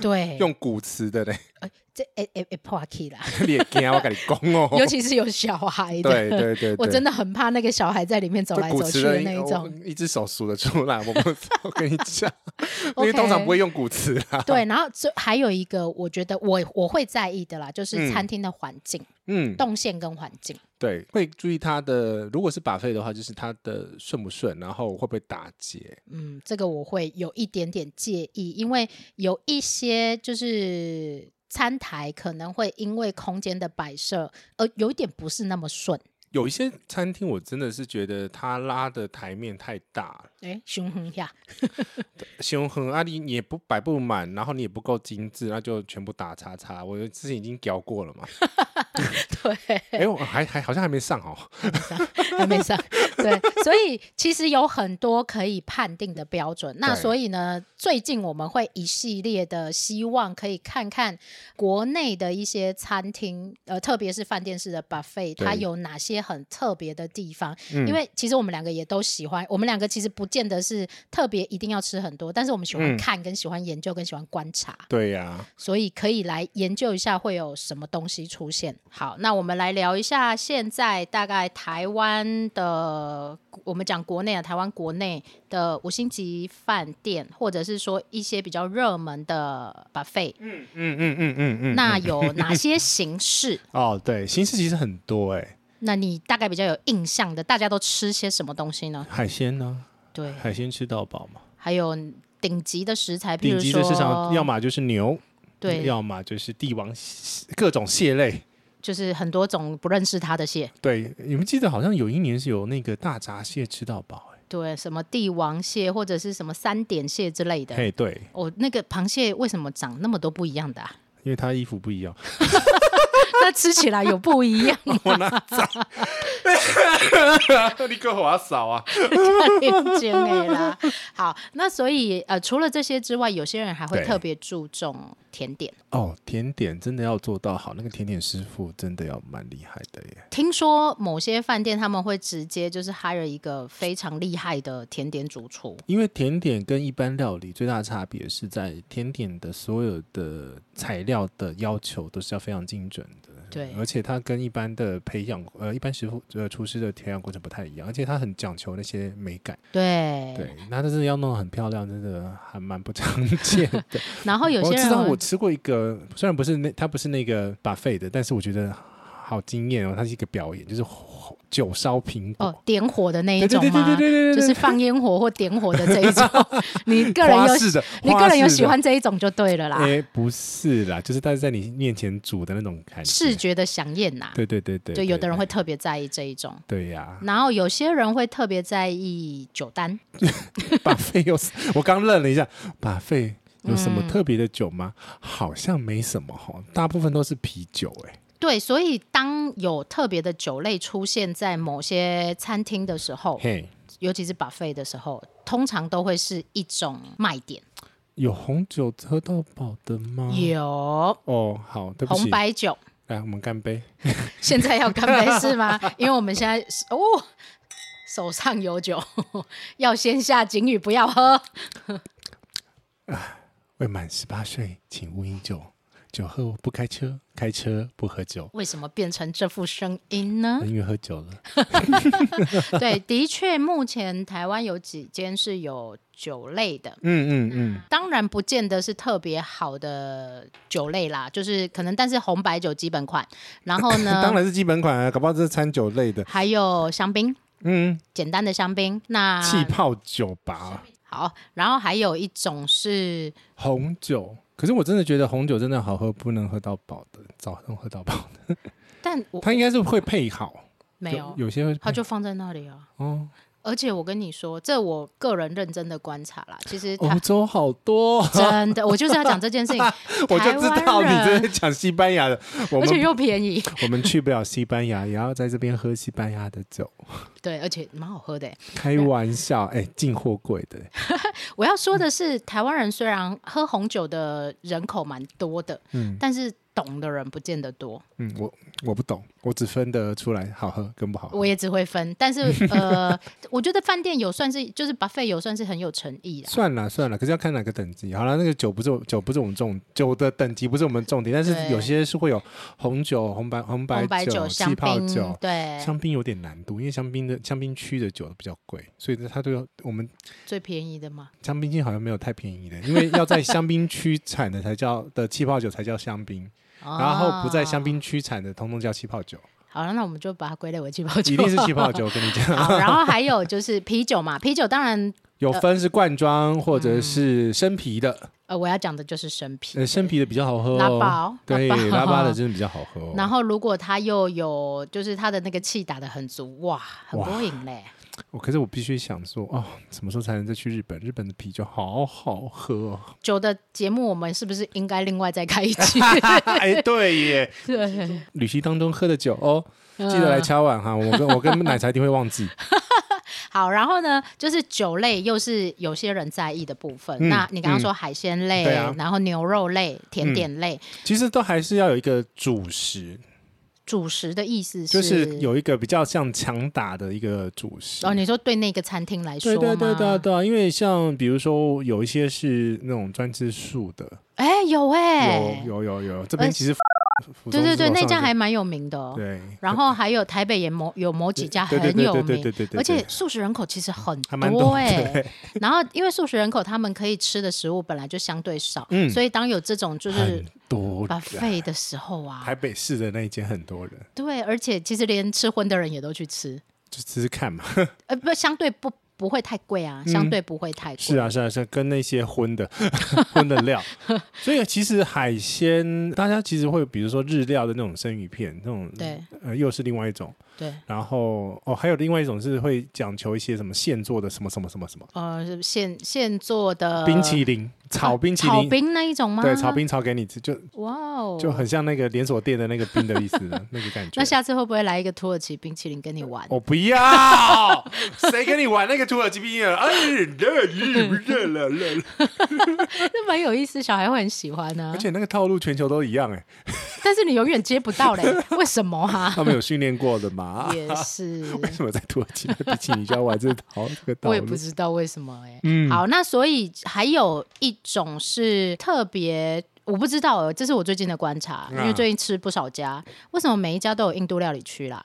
[SPEAKER 1] 对，
[SPEAKER 2] 用古瓷的嘞， [LAUGHS]
[SPEAKER 1] 这诶诶诶破 key 啦，
[SPEAKER 2] 你也惊我跟你讲哦。
[SPEAKER 1] 尤其是有小孩的，
[SPEAKER 2] 对对对对，
[SPEAKER 1] 我真的很怕那个小孩在里面走
[SPEAKER 2] 这
[SPEAKER 1] 来
[SPEAKER 2] 古
[SPEAKER 1] 走
[SPEAKER 2] 瓷
[SPEAKER 1] 去
[SPEAKER 2] 的
[SPEAKER 1] 那一
[SPEAKER 2] 我 [LAUGHS]
[SPEAKER 1] 种。
[SPEAKER 2] 一只手数得出来。我不，我跟你
[SPEAKER 1] [LAUGHS]
[SPEAKER 2] 讲，因为通常不会用古瓷啦。
[SPEAKER 1] 对，然后这还有一个，我觉得我我会在意的啦，就是
[SPEAKER 2] 嗯
[SPEAKER 1] 餐厅的环境、
[SPEAKER 2] 嗯，
[SPEAKER 1] 动线跟环境。
[SPEAKER 2] 对，会注意它的，如果是把费的话，就是它的顺不顺，然后会不会打结。
[SPEAKER 1] 嗯，这个我会有一点点介意，因为有一些就是餐台可能会因为空间的摆设，呃，有一点不是那么顺。
[SPEAKER 2] 有一些餐厅，我真的是觉得它拉的台面太大了，
[SPEAKER 1] 哎，凶狠呀！
[SPEAKER 2] 胸很啊，你也不摆不满，然后你也不够精致，那就全部打叉叉。我之前已经聊过了嘛，
[SPEAKER 1] [LAUGHS] 对，
[SPEAKER 2] 哎、我还还好像还没上哦。
[SPEAKER 1] 还没上。对，所以其实有很多可以判定的标准。那
[SPEAKER 2] 对
[SPEAKER 1] 所以呢，最近我们会一系列的希望可以看看国内的一些餐厅，呃，特别是饭店式的 buffet，它
[SPEAKER 2] 对
[SPEAKER 1] 有哪些很特别的地方。
[SPEAKER 2] 嗯
[SPEAKER 1] 因为其实我们两个也都喜欢，我们两个其实不见得是特别一定要吃很多，但是我们喜欢
[SPEAKER 2] 嗯
[SPEAKER 1] 看、跟喜欢研究、跟喜欢观察。
[SPEAKER 2] 对呀、
[SPEAKER 1] 所以可以来研究一下会有什么东西出现。好，那我们来聊一下现在大概台湾的，我们讲国内啊，台湾国内的五星级饭店，或者是说一些比较热门的 buffet，、
[SPEAKER 2] 嗯嗯嗯嗯嗯嗯。
[SPEAKER 1] 那
[SPEAKER 3] [LAUGHS]
[SPEAKER 1] 有哪些形式？
[SPEAKER 2] 哦，对，形式其实很多哎、
[SPEAKER 1] 那你大概比较有印象的，大家都吃些什么东西呢？
[SPEAKER 2] 海鲜呢、
[SPEAKER 1] 对，
[SPEAKER 2] 海鲜吃到饱嘛。
[SPEAKER 1] 还有顶级的食材，譬
[SPEAKER 3] 顶
[SPEAKER 1] 如
[SPEAKER 3] 级的市场，
[SPEAKER 1] 说，
[SPEAKER 3] 要么就是牛，
[SPEAKER 1] 对，
[SPEAKER 3] 要么就是帝王各种蟹类。
[SPEAKER 1] 就是很多种不认识它的蟹，
[SPEAKER 3] 对，你们记得好像有一年是有那个大闸蟹吃到饱、欸，
[SPEAKER 1] 对，什么帝王蟹或者是什么三点蟹之类的。
[SPEAKER 3] 嘿，对，
[SPEAKER 1] 哦，那个螃蟹为什么长那么多不一样的、啊？ [LAUGHS]
[SPEAKER 3] 因为它衣服不一样，
[SPEAKER 1] 那吃起来有不一样
[SPEAKER 2] [LAUGHS] 你给我要扫啊！
[SPEAKER 1] 的
[SPEAKER 2] [LAUGHS]
[SPEAKER 1] 姐妹啦。好，那所以呃，除了这些之外，有些人还会
[SPEAKER 3] 对
[SPEAKER 1] 特别注重甜点。
[SPEAKER 2] 哦，甜点真的要做到好，那个甜点师傅真的要蛮厉害的耶。
[SPEAKER 1] 听说某些饭店他们会直接就是 hire 一个非常厉害的甜点主厨，
[SPEAKER 2] 因为甜点跟一般料理最大的差别是在甜点的所有的材料的要求都是要非常精准的，
[SPEAKER 1] 对
[SPEAKER 2] 而且它跟一般的培养呃一般师傅呃厨师的培养过程不太一样，而且它很讲求那些美感，
[SPEAKER 1] 对
[SPEAKER 2] 对，那真的要弄得很漂亮，真的还蛮不常 [LAUGHS] 见的。
[SPEAKER 1] 然后有
[SPEAKER 2] 我
[SPEAKER 1] 些
[SPEAKER 2] 知道
[SPEAKER 1] 人
[SPEAKER 2] 我吃过一个，虽然不是那它不是那个 buffet 的，但是我觉得好惊艳哦，它是一个表演，就是酒烧苹果。
[SPEAKER 1] 哦点火的那一
[SPEAKER 2] 对对
[SPEAKER 1] 种
[SPEAKER 2] 对对
[SPEAKER 1] 吗？
[SPEAKER 2] 对对对，
[SPEAKER 1] 就是
[SPEAKER 2] 对
[SPEAKER 1] 放烟火或点火的这一种，你个人
[SPEAKER 2] 花
[SPEAKER 1] 有
[SPEAKER 2] 式的，
[SPEAKER 1] 你
[SPEAKER 2] 花
[SPEAKER 1] 个人有
[SPEAKER 2] 式
[SPEAKER 1] 喜
[SPEAKER 2] 的
[SPEAKER 1] 欢这一种就对了啦，
[SPEAKER 2] 哎、不是啦，就是它是在你面前煮的那种感觉。
[SPEAKER 1] 视觉的享宴呐，
[SPEAKER 2] 对对对对，
[SPEAKER 1] 啊就有的人
[SPEAKER 2] 对
[SPEAKER 1] 会特别在意这一种。
[SPEAKER 2] 对呀、
[SPEAKER 1] 然后有些人会特别在意酒单，
[SPEAKER 2] 把费又是，我刚愣了一下，把费有什么
[SPEAKER 1] 嗯
[SPEAKER 2] 特别的酒吗？好像没什么哈，大部分都是啤酒哎、
[SPEAKER 1] 对，所以当有特别的酒类出现在某些餐厅的时候，
[SPEAKER 2] 嘿，
[SPEAKER 1] 尤其是 buffet 的时候，通常都会是一种卖点，
[SPEAKER 2] 有红酒喝到饱的吗？
[SPEAKER 1] 有
[SPEAKER 2] 哦，好，对不
[SPEAKER 1] 红
[SPEAKER 2] 起，
[SPEAKER 1] 白酒。
[SPEAKER 2] 来我们干杯。
[SPEAKER 1] 现在要干杯是
[SPEAKER 2] [LAUGHS]
[SPEAKER 1] 吗？因为我们现在是哦，手上有酒， [LAUGHS] 要先下警语，不要喝。
[SPEAKER 2] 未满十八岁，请勿饮酒，酒后不开车，开车不喝酒，
[SPEAKER 1] 为什么变成这副声音呢？
[SPEAKER 2] 因为喝酒了。
[SPEAKER 1] 对，的确，目前台湾有几间是有酒类的。
[SPEAKER 2] 嗯嗯嗯，
[SPEAKER 1] 当然，不见得是特别好的酒类啦，就是可能，但是红白酒基本款，然后
[SPEAKER 2] [LAUGHS]
[SPEAKER 1] 呢，
[SPEAKER 4] 当然是基本款啊，搞不好这是餐酒类的，
[SPEAKER 1] 还有香槟，
[SPEAKER 4] 嗯，。
[SPEAKER 1] 简单的香槟，那
[SPEAKER 2] 气泡酒吧。
[SPEAKER 1] 好，然后还有一种是
[SPEAKER 2] 红酒，可是我真的觉得红酒真的好喝，不能喝到饱的，早上喝到饱的，
[SPEAKER 1] 但我
[SPEAKER 2] 它应该是会配好，
[SPEAKER 1] 没有，
[SPEAKER 2] 有些会配
[SPEAKER 1] 它就放在那里啊。
[SPEAKER 2] 哦，
[SPEAKER 1] 而且我跟你说，这我个人认真的观察啦，其实他、
[SPEAKER 2] 欧洲哦好多，
[SPEAKER 1] 真的，我就是要讲这件事情
[SPEAKER 4] 我就知道你
[SPEAKER 1] 台湾
[SPEAKER 4] 这是
[SPEAKER 1] 人，
[SPEAKER 4] 讲西班牙的，我
[SPEAKER 1] 而且
[SPEAKER 4] 们
[SPEAKER 1] 又便宜，
[SPEAKER 2] 我们去不了西班牙，也要在这边喝西班牙的酒，
[SPEAKER 1] 对，而且蛮好喝的。
[SPEAKER 2] 开玩笑，哎，进货柜的，
[SPEAKER 1] 我要说的是，台湾人虽然喝红酒的人口蛮多的，
[SPEAKER 2] 嗯
[SPEAKER 1] 但是懂的人不见得多。
[SPEAKER 2] [LAUGHS] 嗯，我我不懂，我只分得出来好喝跟不好喝
[SPEAKER 1] 我，也只会
[SPEAKER 2] [LAUGHS]
[SPEAKER 1] 分，但是呃，我觉得饭店有算是就是 buffet 有算是很有诚意啊啦。
[SPEAKER 2] 算了算了，可是要看哪个等级。好了，那个酒不是我酒不是我们重酒的等级不是我们重点，但是
[SPEAKER 1] 对
[SPEAKER 2] 有些是会有红酒、红白红白
[SPEAKER 1] 红白酒、
[SPEAKER 2] 气
[SPEAKER 1] 香
[SPEAKER 2] 泡
[SPEAKER 1] 槟
[SPEAKER 2] 酒，，
[SPEAKER 1] 对，
[SPEAKER 2] 香槟有点难度，因为香槟的香槟区的酒比较贵，所以它都有我们
[SPEAKER 1] 最便宜的嘛。
[SPEAKER 2] 香槟区好像没有太便宜的，因为要在香槟区产的才叫的气泡酒才叫香槟，然后不在香
[SPEAKER 1] 哦。
[SPEAKER 2] 槟区产的通通叫气泡
[SPEAKER 1] [LAUGHS]
[SPEAKER 2] 酒，
[SPEAKER 1] 好了，那我们就把它归类为气泡酒，
[SPEAKER 2] 一定是气泡。酒。我跟你讲，
[SPEAKER 1] [LAUGHS] 好，然后还有就是啤酒嘛， [LAUGHS] 啤酒当然，
[SPEAKER 2] 有分是罐装或
[SPEAKER 1] 嗯
[SPEAKER 2] 者是生啤的，
[SPEAKER 1] 呃，我要讲的就是生啤
[SPEAKER 2] 呃，、生啤的比较好喝
[SPEAKER 1] 拉
[SPEAKER 2] 哦，
[SPEAKER 1] 包，
[SPEAKER 2] 对，
[SPEAKER 1] 拉
[SPEAKER 2] 拉巴的
[SPEAKER 1] 包。
[SPEAKER 2] 真的比较好喝哦。
[SPEAKER 1] [LAUGHS] 然后如果它又有，就是它的那个气打得很足，哇，很过瘾嘞。
[SPEAKER 2] 我哦可是我必须想说，哦，什么时候才能再去日本？日本的啤酒好好喝
[SPEAKER 1] [LAUGHS]
[SPEAKER 2] 哦。
[SPEAKER 1] 酒的节目我们是不是应该另外再开一
[SPEAKER 2] [LAUGHS]
[SPEAKER 1] 期？
[SPEAKER 2] 哎，对耶，
[SPEAKER 1] 对，
[SPEAKER 2] 旅行当中喝的酒哦，记得来
[SPEAKER 1] 嗯
[SPEAKER 2] 敲碗哈，我跟
[SPEAKER 1] [LAUGHS]
[SPEAKER 2] 我跟奶茶一定会忘记。
[SPEAKER 1] 好，然后呢，就是酒类又是有些人在意的部分。
[SPEAKER 2] 嗯
[SPEAKER 1] 那你刚刚说海鲜类，
[SPEAKER 2] 对啊
[SPEAKER 1] 然后牛肉类、甜点类，
[SPEAKER 2] 其实都还是要有一个主食，
[SPEAKER 1] 主食的意思是
[SPEAKER 2] 就是有一个比较像强打的一个主食。
[SPEAKER 1] 哦，你说对那个餐厅来说
[SPEAKER 2] 对
[SPEAKER 1] 吗？
[SPEAKER 2] 对对对对啊，因为像比如说有一些是那种专吃素的，
[SPEAKER 1] 哎，有哎、
[SPEAKER 2] 有有有有，这边
[SPEAKER 1] 呃
[SPEAKER 2] 其实福
[SPEAKER 1] 对对对，
[SPEAKER 2] 福州是
[SPEAKER 1] 那
[SPEAKER 2] 往上
[SPEAKER 1] 家
[SPEAKER 2] 的
[SPEAKER 1] 还蛮有名的、哦。
[SPEAKER 2] 对，
[SPEAKER 1] 然后还有台北也某有某几家
[SPEAKER 2] 对对
[SPEAKER 1] 很
[SPEAKER 2] 对
[SPEAKER 1] 有
[SPEAKER 2] 对对对
[SPEAKER 1] 名，
[SPEAKER 2] 对对，
[SPEAKER 1] 而且
[SPEAKER 2] 对
[SPEAKER 1] 素食人口其实很
[SPEAKER 2] 还蛮多
[SPEAKER 1] 哎、然后因为素食人口他们可以吃的食物本来就相对少，
[SPEAKER 2] 嗯
[SPEAKER 1] 所以当有这种就是
[SPEAKER 2] 很多人
[SPEAKER 1] buffet 的时候啊
[SPEAKER 2] 台，北市的那一间很多人，
[SPEAKER 1] 对，而且其实连吃荤的人也都去吃，
[SPEAKER 2] 就只
[SPEAKER 1] [LAUGHS]
[SPEAKER 2] 是看嘛。
[SPEAKER 1] 呃，不，相对不不会太贵啊，
[SPEAKER 2] 嗯
[SPEAKER 1] 相对不会太贵。
[SPEAKER 2] 是啊，是啊，是啊跟那些荤的 [LAUGHS] 荤的
[SPEAKER 1] [LAUGHS]
[SPEAKER 2] 料，所以其实海鲜大家其实会，比如说日料的那种生鱼片，那种
[SPEAKER 1] 对，
[SPEAKER 2] 呃又是另外一种。
[SPEAKER 1] 对，
[SPEAKER 2] 然后哦，还有另外一种是会讲求一些什么现做的什么什么什么什么
[SPEAKER 1] 呃，是现现做的
[SPEAKER 2] 冰淇淋，炒冰淇淋，
[SPEAKER 1] 呃啊炒冰那一种吗？
[SPEAKER 2] 对，炒，冰炒给你吃，就
[SPEAKER 1] 哇哦，
[SPEAKER 2] 就很像那个连锁店的那个冰的意思
[SPEAKER 1] [LAUGHS]
[SPEAKER 2] 的那个感觉
[SPEAKER 1] 那。下次会不会来一个土耳其冰淇淋跟你玩？ [LAUGHS]
[SPEAKER 2] 我不要，
[SPEAKER 5] 谁跟你玩那个土耳其冰啊？哎，热热热了热
[SPEAKER 1] [LAUGHS]
[SPEAKER 5] 了，
[SPEAKER 1] 啊那蛮有意思，小孩会很喜欢呢、
[SPEAKER 2] 而且那个套路全球都一样哎，
[SPEAKER 1] 但是你永远接不到嘞，为什么啊？ [LAUGHS]
[SPEAKER 2] 他们有训练过的嘛？
[SPEAKER 1] 也
[SPEAKER 2] [LAUGHS]
[SPEAKER 1] 是，
[SPEAKER 2] 为什么在土耳
[SPEAKER 1] [LAUGHS]
[SPEAKER 2] 其的比基尼就要玩这套这个套
[SPEAKER 1] 我也不
[SPEAKER 2] 路？
[SPEAKER 1] 知道为什么哎、
[SPEAKER 2] 嗯
[SPEAKER 1] 好，那所以还有一种是特别。我不知道哦，这是我最近的观察，因为
[SPEAKER 2] 啊
[SPEAKER 1] 最近吃不少家，为什么每一家都有印度料理区啦？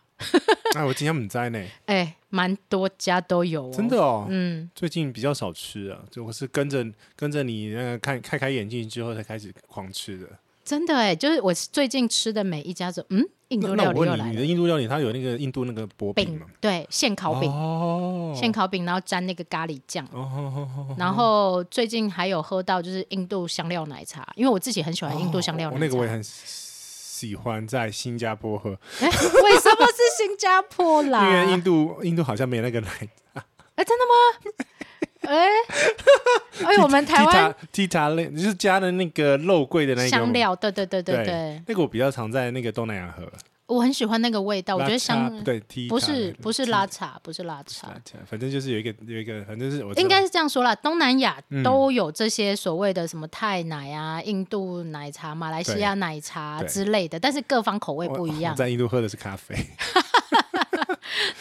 [SPEAKER 2] 哎，我今天不在呢，
[SPEAKER 1] 哎、蛮多家都有、哦，
[SPEAKER 2] 真的，哦。
[SPEAKER 1] 嗯，
[SPEAKER 2] 最近比较少吃啊，就我是跟着跟着你那个看开开眼界之后才开始狂吃的。
[SPEAKER 1] 真的哎、就是我最近吃的每一家都，嗯，印
[SPEAKER 2] 那
[SPEAKER 1] 度
[SPEAKER 2] 那
[SPEAKER 1] 料
[SPEAKER 2] 我
[SPEAKER 1] 理又
[SPEAKER 2] 问你，
[SPEAKER 1] 来
[SPEAKER 2] 你
[SPEAKER 1] 了
[SPEAKER 2] 的，印度料理它有那个印度那个薄饼
[SPEAKER 1] 饼
[SPEAKER 2] 吗？
[SPEAKER 1] 对，现烤饼，
[SPEAKER 2] 哦，
[SPEAKER 1] 现烤饼，然后沾那个咖喱酱。
[SPEAKER 2] 哦哦哦哦，
[SPEAKER 1] 然后最近还有喝到就是印度香料奶茶，因为我自己很喜欢印度香料奶
[SPEAKER 2] 哦
[SPEAKER 1] 茶。
[SPEAKER 2] 那个我也很喜欢在新加坡喝，
[SPEAKER 1] 哎 [LAUGHS] 为什么是新加坡
[SPEAKER 2] 因
[SPEAKER 1] 啦？
[SPEAKER 2] 为印度印度好像没有那个奶。
[SPEAKER 1] 哎，真的吗？
[SPEAKER 2] [LAUGHS]
[SPEAKER 1] 哎，哎，我们 [LAUGHS] 台湾
[SPEAKER 2] Tita Tita 类就是加的那个肉桂的那个
[SPEAKER 1] 香，料，对对对对
[SPEAKER 2] 对
[SPEAKER 1] 对，
[SPEAKER 2] 那个我比较常在那个东南亚喝。
[SPEAKER 1] 我很喜欢那个味啊道，我觉得
[SPEAKER 2] Matcha，
[SPEAKER 1] 香
[SPEAKER 2] 对 Tita
[SPEAKER 1] 不是不是拉
[SPEAKER 2] Tita，
[SPEAKER 1] 茶，不是拉茶。
[SPEAKER 2] 反正就是有一个有一个，反正是我知道嗯
[SPEAKER 1] 应该是这样说啦，东南亚都有这些所谓的什么泰奶啊、印度奶茶、马来西亚奶茶
[SPEAKER 2] 对
[SPEAKER 1] 之类的，但是各方口味
[SPEAKER 2] 我
[SPEAKER 1] 不一样
[SPEAKER 2] 我。在印度喝的是咖啡，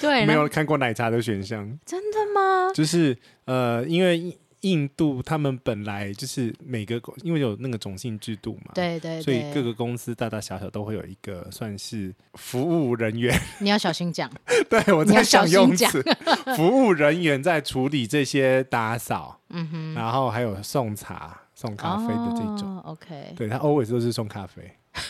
[SPEAKER 1] 对，
[SPEAKER 2] 没
[SPEAKER 1] 然
[SPEAKER 2] 有
[SPEAKER 1] 后
[SPEAKER 2] 看过奶茶的选项。
[SPEAKER 1] 真的吗？
[SPEAKER 2] 就是呃，因为印印度他们本来就是每个公因为有那个种姓制度嘛，，
[SPEAKER 1] 对对
[SPEAKER 2] 所以各
[SPEAKER 1] 对，
[SPEAKER 2] 个公司大大小小都会有一个算是服务人员， [LAUGHS]
[SPEAKER 1] 你要小心讲。
[SPEAKER 2] 对我
[SPEAKER 1] 你要
[SPEAKER 2] 在
[SPEAKER 1] 小
[SPEAKER 2] 想
[SPEAKER 1] 心
[SPEAKER 2] 用
[SPEAKER 1] 讲
[SPEAKER 2] 词， [LAUGHS] 服务人员在处理这些打扫，
[SPEAKER 1] 嗯哼，
[SPEAKER 2] 然后还有送茶、送 [LAUGHS] 咖啡的这种。
[SPEAKER 1] 哦 OK，
[SPEAKER 2] 对他 always 都是送咖啡，
[SPEAKER 1] [LAUGHS]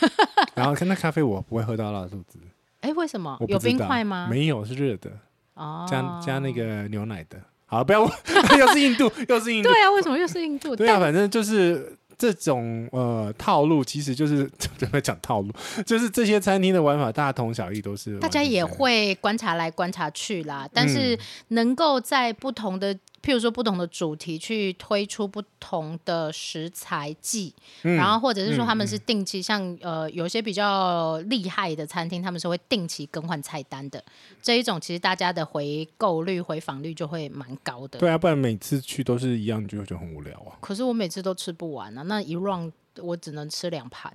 [SPEAKER 2] 然后看那咖啡我不会喝到拉肚子，
[SPEAKER 1] 哎，为什么
[SPEAKER 2] 我不
[SPEAKER 1] 有
[SPEAKER 2] 知
[SPEAKER 1] 冰
[SPEAKER 2] 道
[SPEAKER 1] 块吗？
[SPEAKER 2] 没有，是热的，
[SPEAKER 1] 哦，
[SPEAKER 2] 加、加那个牛奶的。好，不要问， [LAUGHS] 又是印度，又是印度，
[SPEAKER 1] 对啊，为什么又是印度？
[SPEAKER 2] 对啊，
[SPEAKER 1] 但
[SPEAKER 2] 反正就是这种呃套路，其实就是 [LAUGHS] 怎么讲套路， [LAUGHS] 就是这些餐厅的玩法大同小异，都是
[SPEAKER 1] 大家
[SPEAKER 2] 完全
[SPEAKER 1] 也
[SPEAKER 2] 相同。
[SPEAKER 1] 会观察来观察去啦，但
[SPEAKER 2] 嗯
[SPEAKER 1] 是能够在不同的，譬如说不同的主题去推出不同的食材季，
[SPEAKER 2] 嗯
[SPEAKER 1] 然后或者是说他们是定期，像呃有一些比较厉害的餐厅，他们是会定期更换菜单的。这一种其实大家的回购率、回访率就会蛮高的。
[SPEAKER 2] 对啊，不然每次去都是一样，你就会觉得很无聊
[SPEAKER 1] [LAUGHS]
[SPEAKER 2] 啊。
[SPEAKER 1] 可是我每次都吃不完啊，那一 round 我只能吃两盘，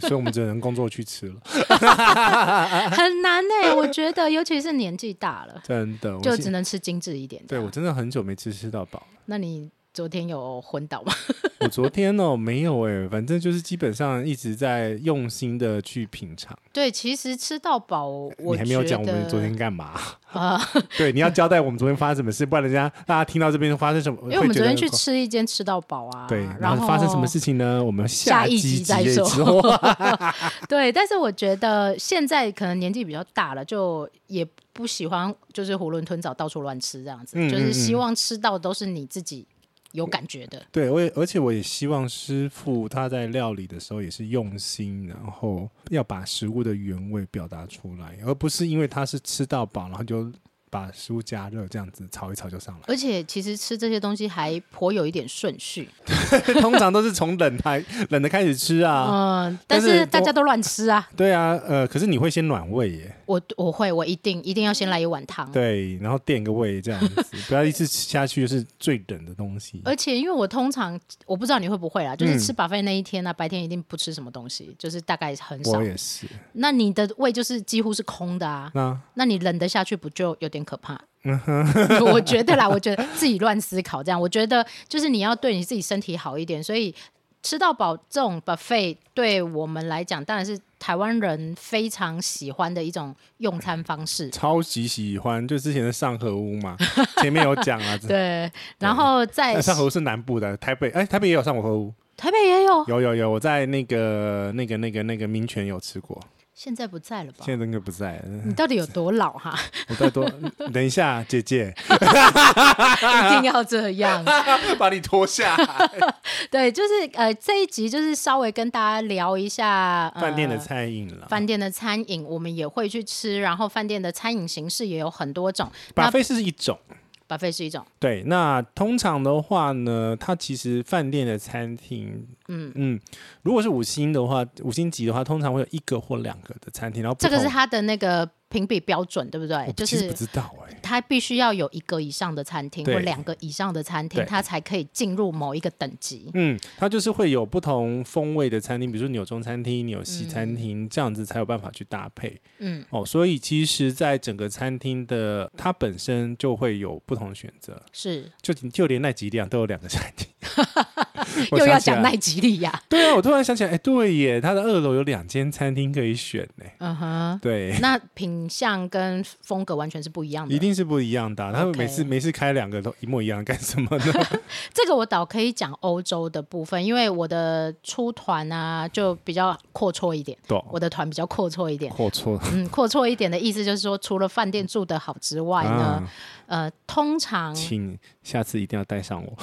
[SPEAKER 2] 所以我们只能工作去吃了，啊
[SPEAKER 1] 很难呢、
[SPEAKER 2] [LAUGHS]
[SPEAKER 1] 我觉得，尤其是年纪大了，
[SPEAKER 2] 真的。我
[SPEAKER 1] 就是只能吃精致一点的啊
[SPEAKER 2] 对我真的很久没吃吃到饱。
[SPEAKER 1] 那你昨天有昏倒吗？ [LAUGHS]
[SPEAKER 2] 我昨天哦没有 [LAUGHS] 哎、反正就是基本上一直在用心的去品尝。
[SPEAKER 1] 对，其实吃到饱，我
[SPEAKER 2] 你还没有
[SPEAKER 1] 觉
[SPEAKER 2] 讲我们
[SPEAKER 1] 得
[SPEAKER 2] 昨天干嘛？
[SPEAKER 1] 啊，
[SPEAKER 2] [LAUGHS] 对，你要交代我们昨天发生什么事，不然人家大家听到这边发生什么，
[SPEAKER 1] 因为我们
[SPEAKER 2] 会觉
[SPEAKER 1] 昨
[SPEAKER 2] 得
[SPEAKER 1] 天
[SPEAKER 2] 很
[SPEAKER 1] 去
[SPEAKER 2] 恐
[SPEAKER 1] 吃一间吃到饱啊，
[SPEAKER 2] 对，
[SPEAKER 1] 然后
[SPEAKER 2] 后发生什么？事情呢？我们
[SPEAKER 1] 下一集
[SPEAKER 2] 集
[SPEAKER 1] 再
[SPEAKER 2] 结
[SPEAKER 1] 说 [LAUGHS]
[SPEAKER 2] 之后
[SPEAKER 1] 对，但是我觉得现在可能年纪比较大了，就也不喜欢就是囫囵吞枣到处乱吃这样子，
[SPEAKER 2] 嗯
[SPEAKER 1] 就是
[SPEAKER 2] 嗯
[SPEAKER 1] 希
[SPEAKER 2] 嗯
[SPEAKER 1] 望吃到都是你自己有感觉的。
[SPEAKER 2] 对，我也而且我也希望师傅他在料理的时候也是用心，然后要把食物的原味表达出来，而不是因为他是吃到饱，然后就把食物加热这样子炒一炒就
[SPEAKER 1] [LAUGHS]
[SPEAKER 2] 上来。
[SPEAKER 1] 而且其实吃这些东西还颇有一点顺序，
[SPEAKER 2] 通常都是从冷开冷的开始吃啊。
[SPEAKER 1] 嗯，但
[SPEAKER 2] 但
[SPEAKER 1] 是
[SPEAKER 2] 是
[SPEAKER 1] 大
[SPEAKER 2] 我
[SPEAKER 1] 家都乱吃啊，
[SPEAKER 2] 对啊，呃，可是你会先暖胃耶，
[SPEAKER 1] 我我会我一定一定要先来一碗汤，
[SPEAKER 2] 对，然后垫个胃这样子，不要一次吃下去就是最冷的东西。
[SPEAKER 1] 而且因为我通常我不知道你会不会啦，就是
[SPEAKER 2] 嗯
[SPEAKER 1] 吃 buffet 那一天呢、白天一定不吃什么东西，就是大概很少
[SPEAKER 2] 我。也是，
[SPEAKER 1] 那你的胃就是几乎是空的啊，
[SPEAKER 2] 那
[SPEAKER 1] 那你冷得下去不就有点可
[SPEAKER 2] [LAUGHS]
[SPEAKER 1] 怕？我觉得啦，我觉得自己乱思考这样，我觉得就是你要对你自己身体好一点，所以吃到饱这种 buffet 对我们来讲，当然是台湾人非常喜欢的一种用餐方式。
[SPEAKER 2] 超级喜欢，就之前的上河屋
[SPEAKER 1] [LAUGHS]
[SPEAKER 2] 嘛，前面有讲啊，
[SPEAKER 1] 对，然后在
[SPEAKER 2] 那上河屋是南部的，台北哎、台北也有上过河屋，
[SPEAKER 1] 台北也有，
[SPEAKER 2] 有有有，我在那个那个那个那个民权有吃过，
[SPEAKER 1] 现在不在了
[SPEAKER 2] [LAUGHS]
[SPEAKER 1] 吧？
[SPEAKER 2] 现在应该不在了。
[SPEAKER 1] 你到底有多老哈、
[SPEAKER 2] 我
[SPEAKER 1] [LAUGHS]
[SPEAKER 2] 再多等一下，姐姐
[SPEAKER 1] 一
[SPEAKER 2] [LAUGHS]
[SPEAKER 1] 定要这样。
[SPEAKER 6] 把你脱下来
[SPEAKER 1] 对，就是呃这一集就是稍微跟大家聊一下、呃、
[SPEAKER 2] 饭店的餐嗯饮了。
[SPEAKER 1] 饭店的餐饮，我们也会去吃，然后饭店的餐饮形式也有很多种。
[SPEAKER 2] 把费是一种，
[SPEAKER 1] 巴菲是一种，
[SPEAKER 2] 对。那通常的话呢，它其实饭店的餐厅，
[SPEAKER 1] 嗯
[SPEAKER 2] 嗯，如果是五星的话，五星级的话，通常会有一个或两个的餐厅，然后不
[SPEAKER 1] 这个
[SPEAKER 2] 同
[SPEAKER 1] 是它的那个评比标准，对不对？
[SPEAKER 2] 我
[SPEAKER 1] 就
[SPEAKER 2] 其实
[SPEAKER 1] 是
[SPEAKER 2] 不知道哎、
[SPEAKER 1] 它必须要有一个以上的餐厅
[SPEAKER 2] 对
[SPEAKER 1] 或两个以上的餐厅
[SPEAKER 2] 对，
[SPEAKER 1] 它才可以进入某一个等级。
[SPEAKER 2] 嗯，它就是会有不同风味的餐厅，比如说你有中餐厅，你有西餐厅，这样子才有办法去搭配
[SPEAKER 1] 嗯，
[SPEAKER 2] 哦。所以其实，在整个餐厅的它本身就会有不同的选择，
[SPEAKER 1] 是。
[SPEAKER 2] 就就连奈吉良都有两个餐厅
[SPEAKER 1] [LAUGHS] 又要
[SPEAKER 2] 我想起
[SPEAKER 1] 讲
[SPEAKER 2] 来
[SPEAKER 1] 奈吉利亚，
[SPEAKER 2] 对啊，我突然想起来，哎，对耶，它的二楼有两间餐厅可以选呢。
[SPEAKER 1] 嗯哼，
[SPEAKER 2] 对，
[SPEAKER 1] 那品相跟风格完全是不一样的。
[SPEAKER 2] 一定是不一样的啊、他们
[SPEAKER 1] OK
[SPEAKER 2] 每次每次开两个都一模一样，干什么
[SPEAKER 1] [LAUGHS]
[SPEAKER 2] 呢？
[SPEAKER 1] 这个我倒可以讲欧洲的部分，因为我的出团啊就比较阔绰一点，
[SPEAKER 2] 懂？
[SPEAKER 1] 我的团比较阔绰一点。
[SPEAKER 2] 我错
[SPEAKER 1] 嗯，阔绰一点的意思就是说，除了饭店住得好之外呢，
[SPEAKER 2] 啊！
[SPEAKER 1] 呃，通常
[SPEAKER 2] 请下次一定要带上我。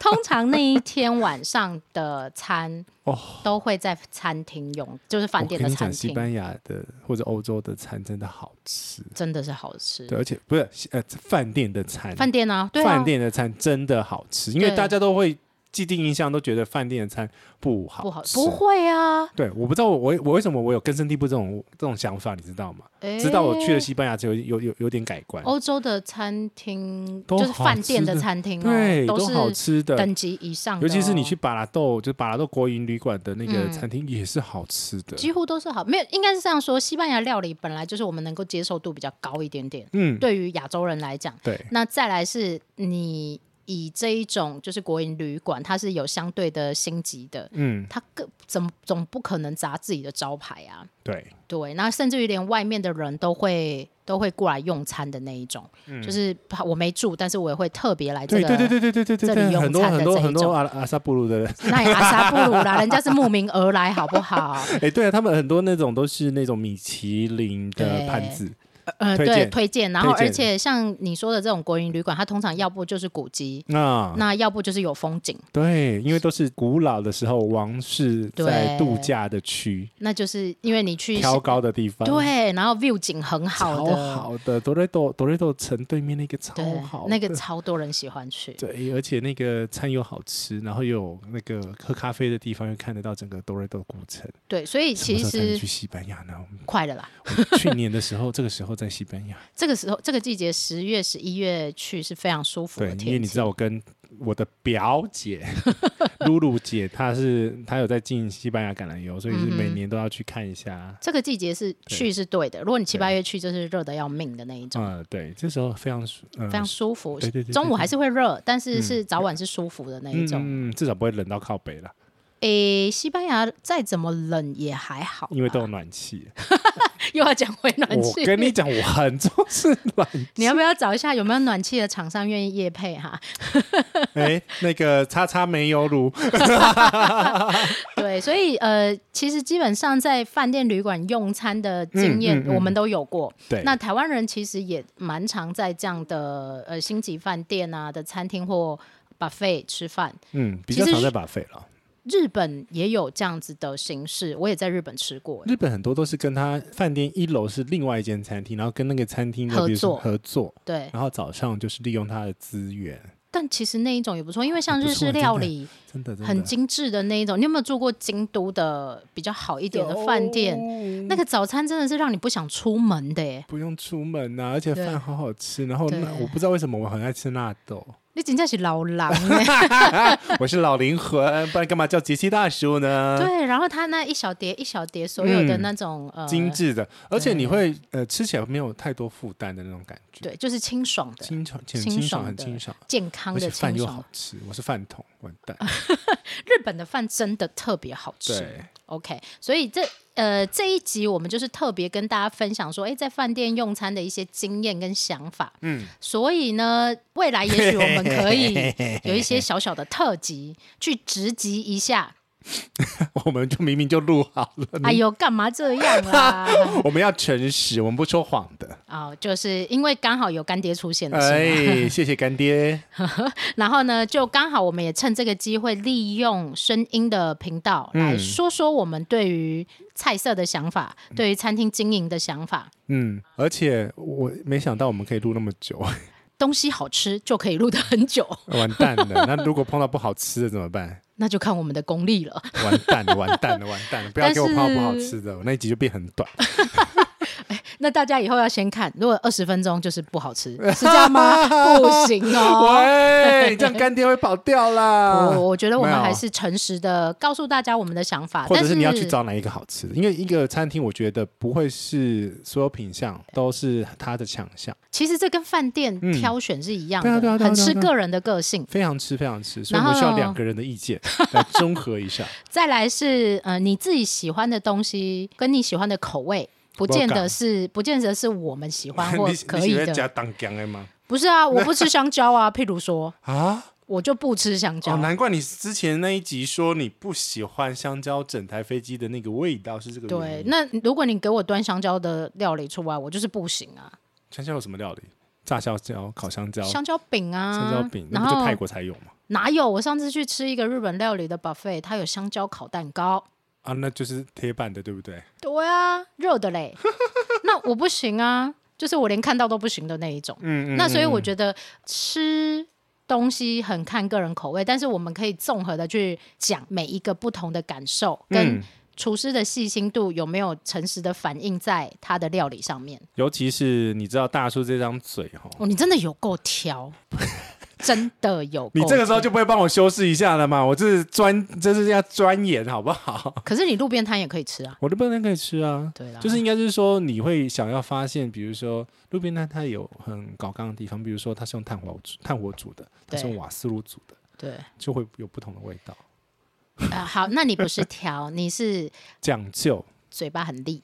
[SPEAKER 1] 通常那一天晚上的餐
[SPEAKER 2] 哦
[SPEAKER 1] 都会在餐厅用，就是饭店
[SPEAKER 2] 我
[SPEAKER 1] 的
[SPEAKER 2] 跟你
[SPEAKER 1] 餐
[SPEAKER 2] 讲，西
[SPEAKER 1] 厅，
[SPEAKER 2] 班牙的或者欧洲的餐真的好吃，
[SPEAKER 1] 真的是好吃。
[SPEAKER 2] 对，而且不是呃饭店的餐，
[SPEAKER 1] 饭店啊，对啊，
[SPEAKER 2] 饭店的餐真的好吃，因为
[SPEAKER 1] 对
[SPEAKER 2] 大家都会既定印象都觉得饭店的餐不好
[SPEAKER 1] 不好，
[SPEAKER 2] 吃
[SPEAKER 1] 不会啊，
[SPEAKER 2] 对，我不知道我我我为什么我有根深蒂固这种这种想法，你知道吗？
[SPEAKER 1] 诶哦
[SPEAKER 2] 直到我去了西班牙之后，有有有点改观。
[SPEAKER 1] 欧洲的餐厅，
[SPEAKER 2] 都
[SPEAKER 1] 就是
[SPEAKER 2] 好
[SPEAKER 1] 饭店的
[SPEAKER 2] 吃的
[SPEAKER 1] 餐厅、哦，
[SPEAKER 2] 对，
[SPEAKER 1] 都
[SPEAKER 2] 都好
[SPEAKER 1] 是
[SPEAKER 2] 吃的，
[SPEAKER 1] 等级以上的哦、
[SPEAKER 2] 尤其是你去巴拉豆，就是巴拉豆国营旅馆的那个
[SPEAKER 1] 嗯
[SPEAKER 2] 餐厅也是好吃的。
[SPEAKER 1] 几乎都是好，没有，应该是这样说。西班牙料理本来就是我们能够接受度比较高一点点，
[SPEAKER 2] 嗯，
[SPEAKER 1] 对于亚洲人来讲。
[SPEAKER 2] 对
[SPEAKER 1] 那再来是你以这一种就是国营旅馆，它是有相对的星级的，
[SPEAKER 2] 嗯，
[SPEAKER 1] 它更怎总不可能砸自己的招牌啊？
[SPEAKER 2] 对，
[SPEAKER 1] 对，那甚至于连外面的人都会都会过来用餐的那一种，就是怕我没住，但是我也会特别来这个
[SPEAKER 2] 对嗯对对对对对对
[SPEAKER 1] 这
[SPEAKER 2] 对
[SPEAKER 1] 里
[SPEAKER 2] 对，
[SPEAKER 1] 用
[SPEAKER 2] 很多
[SPEAKER 1] 餐的
[SPEAKER 2] 很多
[SPEAKER 1] 这一
[SPEAKER 2] 很多
[SPEAKER 1] 种
[SPEAKER 2] 阿拉阿萨布鲁的
[SPEAKER 1] [LAUGHS]
[SPEAKER 2] 人，
[SPEAKER 1] 那也阿萨布鲁啦，人家是慕名而来，好不好？
[SPEAKER 2] 哎，对啊，他们很多那种都是那种米其林的
[SPEAKER 1] 对
[SPEAKER 2] 盘子，
[SPEAKER 1] 呃，
[SPEAKER 2] 推
[SPEAKER 1] 对，
[SPEAKER 2] 荐
[SPEAKER 1] 推荐。然后，
[SPEAKER 2] 推荐
[SPEAKER 1] 而且像你说的这种国营旅馆，它通常要不就是古迹，
[SPEAKER 2] 那
[SPEAKER 1] 那要不就是有风景，
[SPEAKER 2] 啊对，因为都是古老的时候王室在
[SPEAKER 1] 对
[SPEAKER 2] 度假的区，
[SPEAKER 1] 那就是因为你去
[SPEAKER 2] 挑高的地方，，
[SPEAKER 1] 对，然后 view 景很好
[SPEAKER 2] 超
[SPEAKER 1] 的，
[SPEAKER 2] 好的，多瑞多多瑞多城对面那个超
[SPEAKER 1] 对
[SPEAKER 2] 好，，
[SPEAKER 1] 那个。超多人喜欢去。
[SPEAKER 2] 对，而且那个餐又好吃，然后又有那个喝咖啡的地方，又看得到整个多瑞多古城。
[SPEAKER 1] 对，所以
[SPEAKER 2] 什
[SPEAKER 1] 其
[SPEAKER 2] 么时候才能
[SPEAKER 1] 实
[SPEAKER 2] 去西班牙呢？
[SPEAKER 1] 快了啦，
[SPEAKER 2] 我们去年的时候，这个时候在西班牙，
[SPEAKER 1] 这个时候这个季节十月、十一月去是非常舒服
[SPEAKER 2] 对
[SPEAKER 1] 的，
[SPEAKER 2] 因为
[SPEAKER 1] 天
[SPEAKER 2] 你知
[SPEAKER 1] 气
[SPEAKER 2] 道。我跟我的表
[SPEAKER 1] [LAUGHS]
[SPEAKER 2] 姐露露姐，她是她有在进西班牙橄榄油，所以是每
[SPEAKER 1] 嗯哼
[SPEAKER 2] 年都要去看一下。
[SPEAKER 1] 这个季节是去是对的，如果你七八月去，就是热的要命的那一种，
[SPEAKER 2] 嗯，对，这时候非常舒呃
[SPEAKER 1] 非常舒服。
[SPEAKER 2] 对对对对
[SPEAKER 1] 中午还
[SPEAKER 2] 对
[SPEAKER 1] 是会热，但是
[SPEAKER 2] 嗯
[SPEAKER 1] 是早晚是舒服的那一
[SPEAKER 2] 嗯
[SPEAKER 1] 种。
[SPEAKER 2] 嗯，嗯至少不会冷到靠北了，
[SPEAKER 1] 诶，西班牙再怎么冷也还好吧，
[SPEAKER 2] 因为都有暖气。
[SPEAKER 1] [LAUGHS] 又要讲回暖
[SPEAKER 2] 我
[SPEAKER 1] 气。
[SPEAKER 2] 跟你讲，我很重视
[SPEAKER 1] [LAUGHS]
[SPEAKER 2] 暖气。
[SPEAKER 1] 你要不要找一下有没有暖气的厂商愿意夜配哈？
[SPEAKER 2] 哎，那个叉叉煤油炉，
[SPEAKER 1] 对，所以呃，其实基本上在饭店、旅馆用餐的经验
[SPEAKER 2] 嗯，嗯嗯
[SPEAKER 1] 我们都有过。
[SPEAKER 2] 对，
[SPEAKER 1] 那台湾人其实也蛮常在这样的呃星级饭店啊的餐厅或 buffet 吃饭。
[SPEAKER 2] 嗯，比
[SPEAKER 1] 其
[SPEAKER 2] 较
[SPEAKER 1] 实
[SPEAKER 2] 常
[SPEAKER 1] 是
[SPEAKER 2] 在把费了。
[SPEAKER 1] 日本也有这样子的形式，我也在日本吃过。
[SPEAKER 2] 日本很多都是跟他饭店一楼是另外一间餐厅，然后跟那个餐厅的比如说
[SPEAKER 1] 合
[SPEAKER 2] 合作，
[SPEAKER 1] 对，
[SPEAKER 2] 然后早上就是利用它的资源，
[SPEAKER 1] 但其实那一种也不错，因为像
[SPEAKER 2] 不
[SPEAKER 1] 日
[SPEAKER 2] 错
[SPEAKER 1] 式
[SPEAKER 2] 真的
[SPEAKER 1] 料理
[SPEAKER 2] 真的真的
[SPEAKER 1] 很精致的那一种，你有没有住过京都的比较好一点的饭店？那个早餐真的是让你不想出门的
[SPEAKER 2] [LAUGHS]
[SPEAKER 1] 耶！
[SPEAKER 2] 不用出门呐、而且
[SPEAKER 1] 对
[SPEAKER 2] 饭好好吃。然后
[SPEAKER 1] 对
[SPEAKER 2] 那我不知道为什么我很爱吃纳豆，
[SPEAKER 1] [LAUGHS] 你真的是老狼
[SPEAKER 2] [LAUGHS]
[SPEAKER 1] 耶
[SPEAKER 2] 我是老灵魂，不然干嘛叫杰西大叔呢？
[SPEAKER 1] 对，然后他那一小碟一小碟所有的那种、呃
[SPEAKER 2] 嗯精，致的，而且你会呃吃起来没有太多负担的那种感觉，
[SPEAKER 1] 对，就是清爽的、
[SPEAKER 2] 清爽，
[SPEAKER 1] 清
[SPEAKER 2] 很清
[SPEAKER 1] 爽
[SPEAKER 2] 爽，很
[SPEAKER 1] 的
[SPEAKER 2] 清爽。
[SPEAKER 1] 健康
[SPEAKER 2] 而
[SPEAKER 1] 的
[SPEAKER 2] 且饭
[SPEAKER 1] 清
[SPEAKER 2] 又
[SPEAKER 1] 爽
[SPEAKER 2] 好。吃，我是饭桶，完蛋。 [LAUGHS]
[SPEAKER 1] 日本的饭真的特别好吃
[SPEAKER 2] 对。
[SPEAKER 1] OK，所以这呃这一集我们就是特别跟大家分享说，哎，在饭店用餐的一些经验跟想法。
[SPEAKER 2] 嗯，
[SPEAKER 1] 所以呢，未
[SPEAKER 2] [LAUGHS]
[SPEAKER 1] 来也许我们可以有一些小小的特辑，去直击一下
[SPEAKER 2] 我们就明明就录好了，
[SPEAKER 1] 哎呦，干嘛这样啦、
[SPEAKER 2] 我们要诚实，我们不说谎的。
[SPEAKER 1] [LAUGHS] 哦，就是因为刚好有干爹出现的时候， [LAUGHS]
[SPEAKER 2] 哎，谢谢干爹，
[SPEAKER 1] 然后呢，就刚好我们也趁这个机会，利用声音的频道来
[SPEAKER 2] 嗯
[SPEAKER 1] 说说我们对于菜色的想法，对于餐厅经营的想法。
[SPEAKER 2] 嗯，而且我没想到我们可以录那么久，
[SPEAKER 1] 东西好吃就可以录得很久， [LAUGHS]
[SPEAKER 2] 完蛋了。那如果碰到不好吃的怎么办？
[SPEAKER 1] 那就看我们的功力了。 [LAUGHS]
[SPEAKER 2] 完蛋了，完蛋了，完蛋了！不要
[SPEAKER 1] 但
[SPEAKER 2] 给我碰到
[SPEAKER 1] 是
[SPEAKER 2] 不好吃的，我那一集就变很短。
[SPEAKER 1] 那大家以后要先看，如果二十分钟就是不好
[SPEAKER 2] [LAUGHS]
[SPEAKER 1] 吃，是这样吗？不行哦。 [LAUGHS]
[SPEAKER 2] 喂，这样干爹会跑掉啦。
[SPEAKER 1] 我我觉得我们
[SPEAKER 2] 啊没有啊
[SPEAKER 1] 还是诚实的告诉大家我们的想法，
[SPEAKER 2] 或者
[SPEAKER 1] 但
[SPEAKER 2] 是你要去找哪一个好吃的，因为一个餐厅，我觉得不会是所有品相都是它的强项，
[SPEAKER 1] 其实这跟饭店
[SPEAKER 2] 嗯
[SPEAKER 1] 挑选是一样
[SPEAKER 2] 对啊
[SPEAKER 1] 的，
[SPEAKER 2] 对啊对啊
[SPEAKER 1] 很
[SPEAKER 2] 对啊
[SPEAKER 1] 吃
[SPEAKER 2] 对啊
[SPEAKER 1] 个人的个性。
[SPEAKER 2] 非常吃非常吃，所以
[SPEAKER 1] 然后
[SPEAKER 2] 我们需要两个人的意见来综
[SPEAKER 1] [LAUGHS]
[SPEAKER 2] 合一下。
[SPEAKER 1] 再来是呃你自己喜欢的东西跟你喜欢的口味。不见
[SPEAKER 2] 不要
[SPEAKER 1] 得
[SPEAKER 2] 讲
[SPEAKER 1] 是，不见得是我们喜
[SPEAKER 2] [LAUGHS]
[SPEAKER 1] 欢或可以的，
[SPEAKER 2] 当姜的吗？
[SPEAKER 1] 不是啊，我不吃香蕉啊。 [LAUGHS] 譬如说，
[SPEAKER 2] 啊，
[SPEAKER 1] 我就不吃香蕉
[SPEAKER 2] 哦，，难怪你之前那一集说你不喜欢香蕉整台飞机的那个味道是这个原
[SPEAKER 1] 对
[SPEAKER 2] 因，。
[SPEAKER 1] 那如果你给我端香蕉的料理出来，我就是不行啊。
[SPEAKER 2] 香蕉有什么料理？炸香蕉、烤香蕉、
[SPEAKER 1] 香蕉饼啊，
[SPEAKER 2] 香蕉饼，那
[SPEAKER 1] 然
[SPEAKER 2] 不就
[SPEAKER 1] 后
[SPEAKER 2] 泰国才有吗？
[SPEAKER 1] 哪有？我上次去吃一个日本料理的 buffet，它有香蕉烤蛋糕。
[SPEAKER 2] 啊，那就是铁板的，对不对？
[SPEAKER 1] 对啊，热的
[SPEAKER 2] [LAUGHS]
[SPEAKER 1] 嘞。那我不行啊，就是我连看到都不行的那一种。
[SPEAKER 2] 嗯
[SPEAKER 1] 那所以我觉得吃东西很看个人口味，但是我们可以综合的去讲每一个不同的感受，跟
[SPEAKER 2] 嗯
[SPEAKER 1] 厨师的细心度有没有诚实的反映在他的料理上面。
[SPEAKER 2] 尤其是你知道大叔这张嘴哈，
[SPEAKER 1] 哦，你真的有够挑，真的
[SPEAKER 2] [LAUGHS]
[SPEAKER 1] 有够。
[SPEAKER 2] 你这个时候就，不会帮我修饰一下了嘛？我这是专，这是要钻研，好不好？
[SPEAKER 1] 可是你路边摊也可以吃啊。
[SPEAKER 2] [LAUGHS] 我的不能可以吃啊，
[SPEAKER 1] 对啦，
[SPEAKER 2] 就是应该是说你会想要发现，比如说路边摊它有很搞纲的地方，比如说它是用炭火煮、炭火煮的，它是用
[SPEAKER 1] 对
[SPEAKER 2] 瓦斯炉煮的，
[SPEAKER 1] 对。
[SPEAKER 2] 就会有不同的味道，
[SPEAKER 1] 呃，好，那你不是挑，你是 [LAUGHS]
[SPEAKER 2] 讲究
[SPEAKER 1] 嘴巴很
[SPEAKER 2] [LAUGHS]
[SPEAKER 1] 利。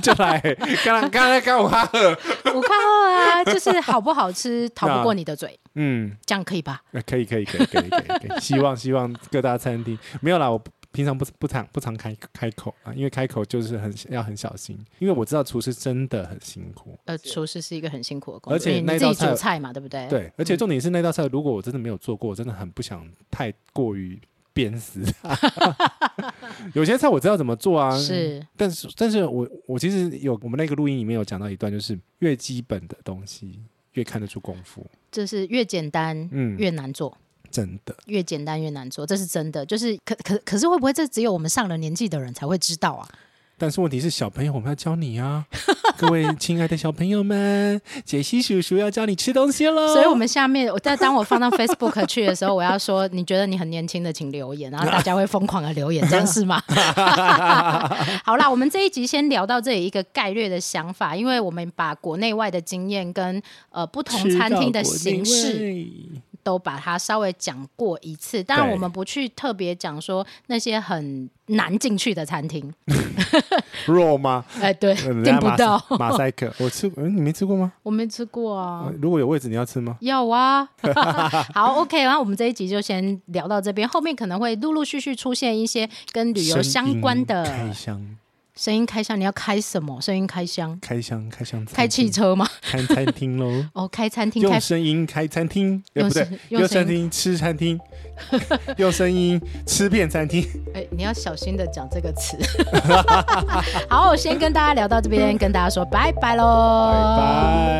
[SPEAKER 2] 就来。刚刚刚刚我哈，
[SPEAKER 1] 我看后啊，就是好不好吃逃不过你的嘴，
[SPEAKER 2] 嗯，
[SPEAKER 1] 这样可以吧？
[SPEAKER 2] 呃可以可以可以可以可以，可以希望希望各大餐厅没有啦，我不平常不不常不常开开口啊，因为开口就是很要很小心，因为我知道厨师真的很辛苦。
[SPEAKER 1] 呃，厨师是一个很辛苦的工作，
[SPEAKER 2] 而
[SPEAKER 1] 因
[SPEAKER 2] 且
[SPEAKER 1] 为
[SPEAKER 2] 那
[SPEAKER 1] 你自己
[SPEAKER 2] 道菜
[SPEAKER 1] 煮菜嘛，对不对？。
[SPEAKER 2] 对，而且
[SPEAKER 1] 嗯
[SPEAKER 2] 重点是那道菜，如果我真的没有做过，我真的很不想太过于鞭死它。 [LAUGHS] 有些菜我知道怎么做啊，
[SPEAKER 1] 是
[SPEAKER 2] 但是但是我我其实有我们那个录音里面有讲到一段，就是越基本的东西越看得出功夫，
[SPEAKER 1] 就是越简单
[SPEAKER 2] 嗯，
[SPEAKER 1] 越难做，
[SPEAKER 2] 真的。
[SPEAKER 1] 越简单越难做，这是真的。就是可可可是会不会这只有我们上了年纪的人才会知道啊？
[SPEAKER 2] 但是问题是，小朋友我们要教你啊， [LAUGHS] 各位亲爱的小朋友们，杰西叔叔要教你吃东西喽。
[SPEAKER 1] 所以我们下面我在当我放到 Facebook 去的时候，我要说，你觉得你很年轻的，请留言，然后大家会疯狂的留言，这样是吗？ [LAUGHS] 好啦，我们这一集先聊到这里一个概略的想法，因为我们把国内外的经验跟呃不同餐厅的形式，都把它稍微讲过一次。当然，
[SPEAKER 2] 对
[SPEAKER 1] 我们不去特别讲说那些很难进去的餐厅，
[SPEAKER 2] 肉吗？
[SPEAKER 1] 哎、对，
[SPEAKER 2] 呃
[SPEAKER 1] 订不到，
[SPEAKER 2] 马赛马赛克， [LAUGHS] 我吃，嗯，你没吃过吗？
[SPEAKER 1] 我没吃过啊。
[SPEAKER 2] 如果有位置，你要吃吗？
[SPEAKER 1] 有啊， [LAUGHS] 好，OK，然后我们这一集就先聊到这边，后面可能会陆陆续续出现一些跟旅游相关
[SPEAKER 2] 声音开
[SPEAKER 1] 的
[SPEAKER 2] 箱，
[SPEAKER 1] 声音开箱。你要开什么？声音开箱？
[SPEAKER 2] 开箱，开箱餐厅，
[SPEAKER 1] 开汽车吗？
[SPEAKER 2] 开餐厅喽
[SPEAKER 1] [LAUGHS] 。哦，开餐厅？
[SPEAKER 2] 用
[SPEAKER 1] 开
[SPEAKER 2] 声音开餐厅，哎
[SPEAKER 1] 用
[SPEAKER 2] 不对
[SPEAKER 1] 声，用
[SPEAKER 2] 用
[SPEAKER 1] 声音
[SPEAKER 2] 餐厅吃
[SPEAKER 1] [LAUGHS]
[SPEAKER 2] 餐厅，用声音吃遍餐厅。
[SPEAKER 1] 哎，你要小心的讲这个词。 [LAUGHS] 好，我先跟大家聊到这边，跟大家说拜拜喽，
[SPEAKER 2] 拜拜。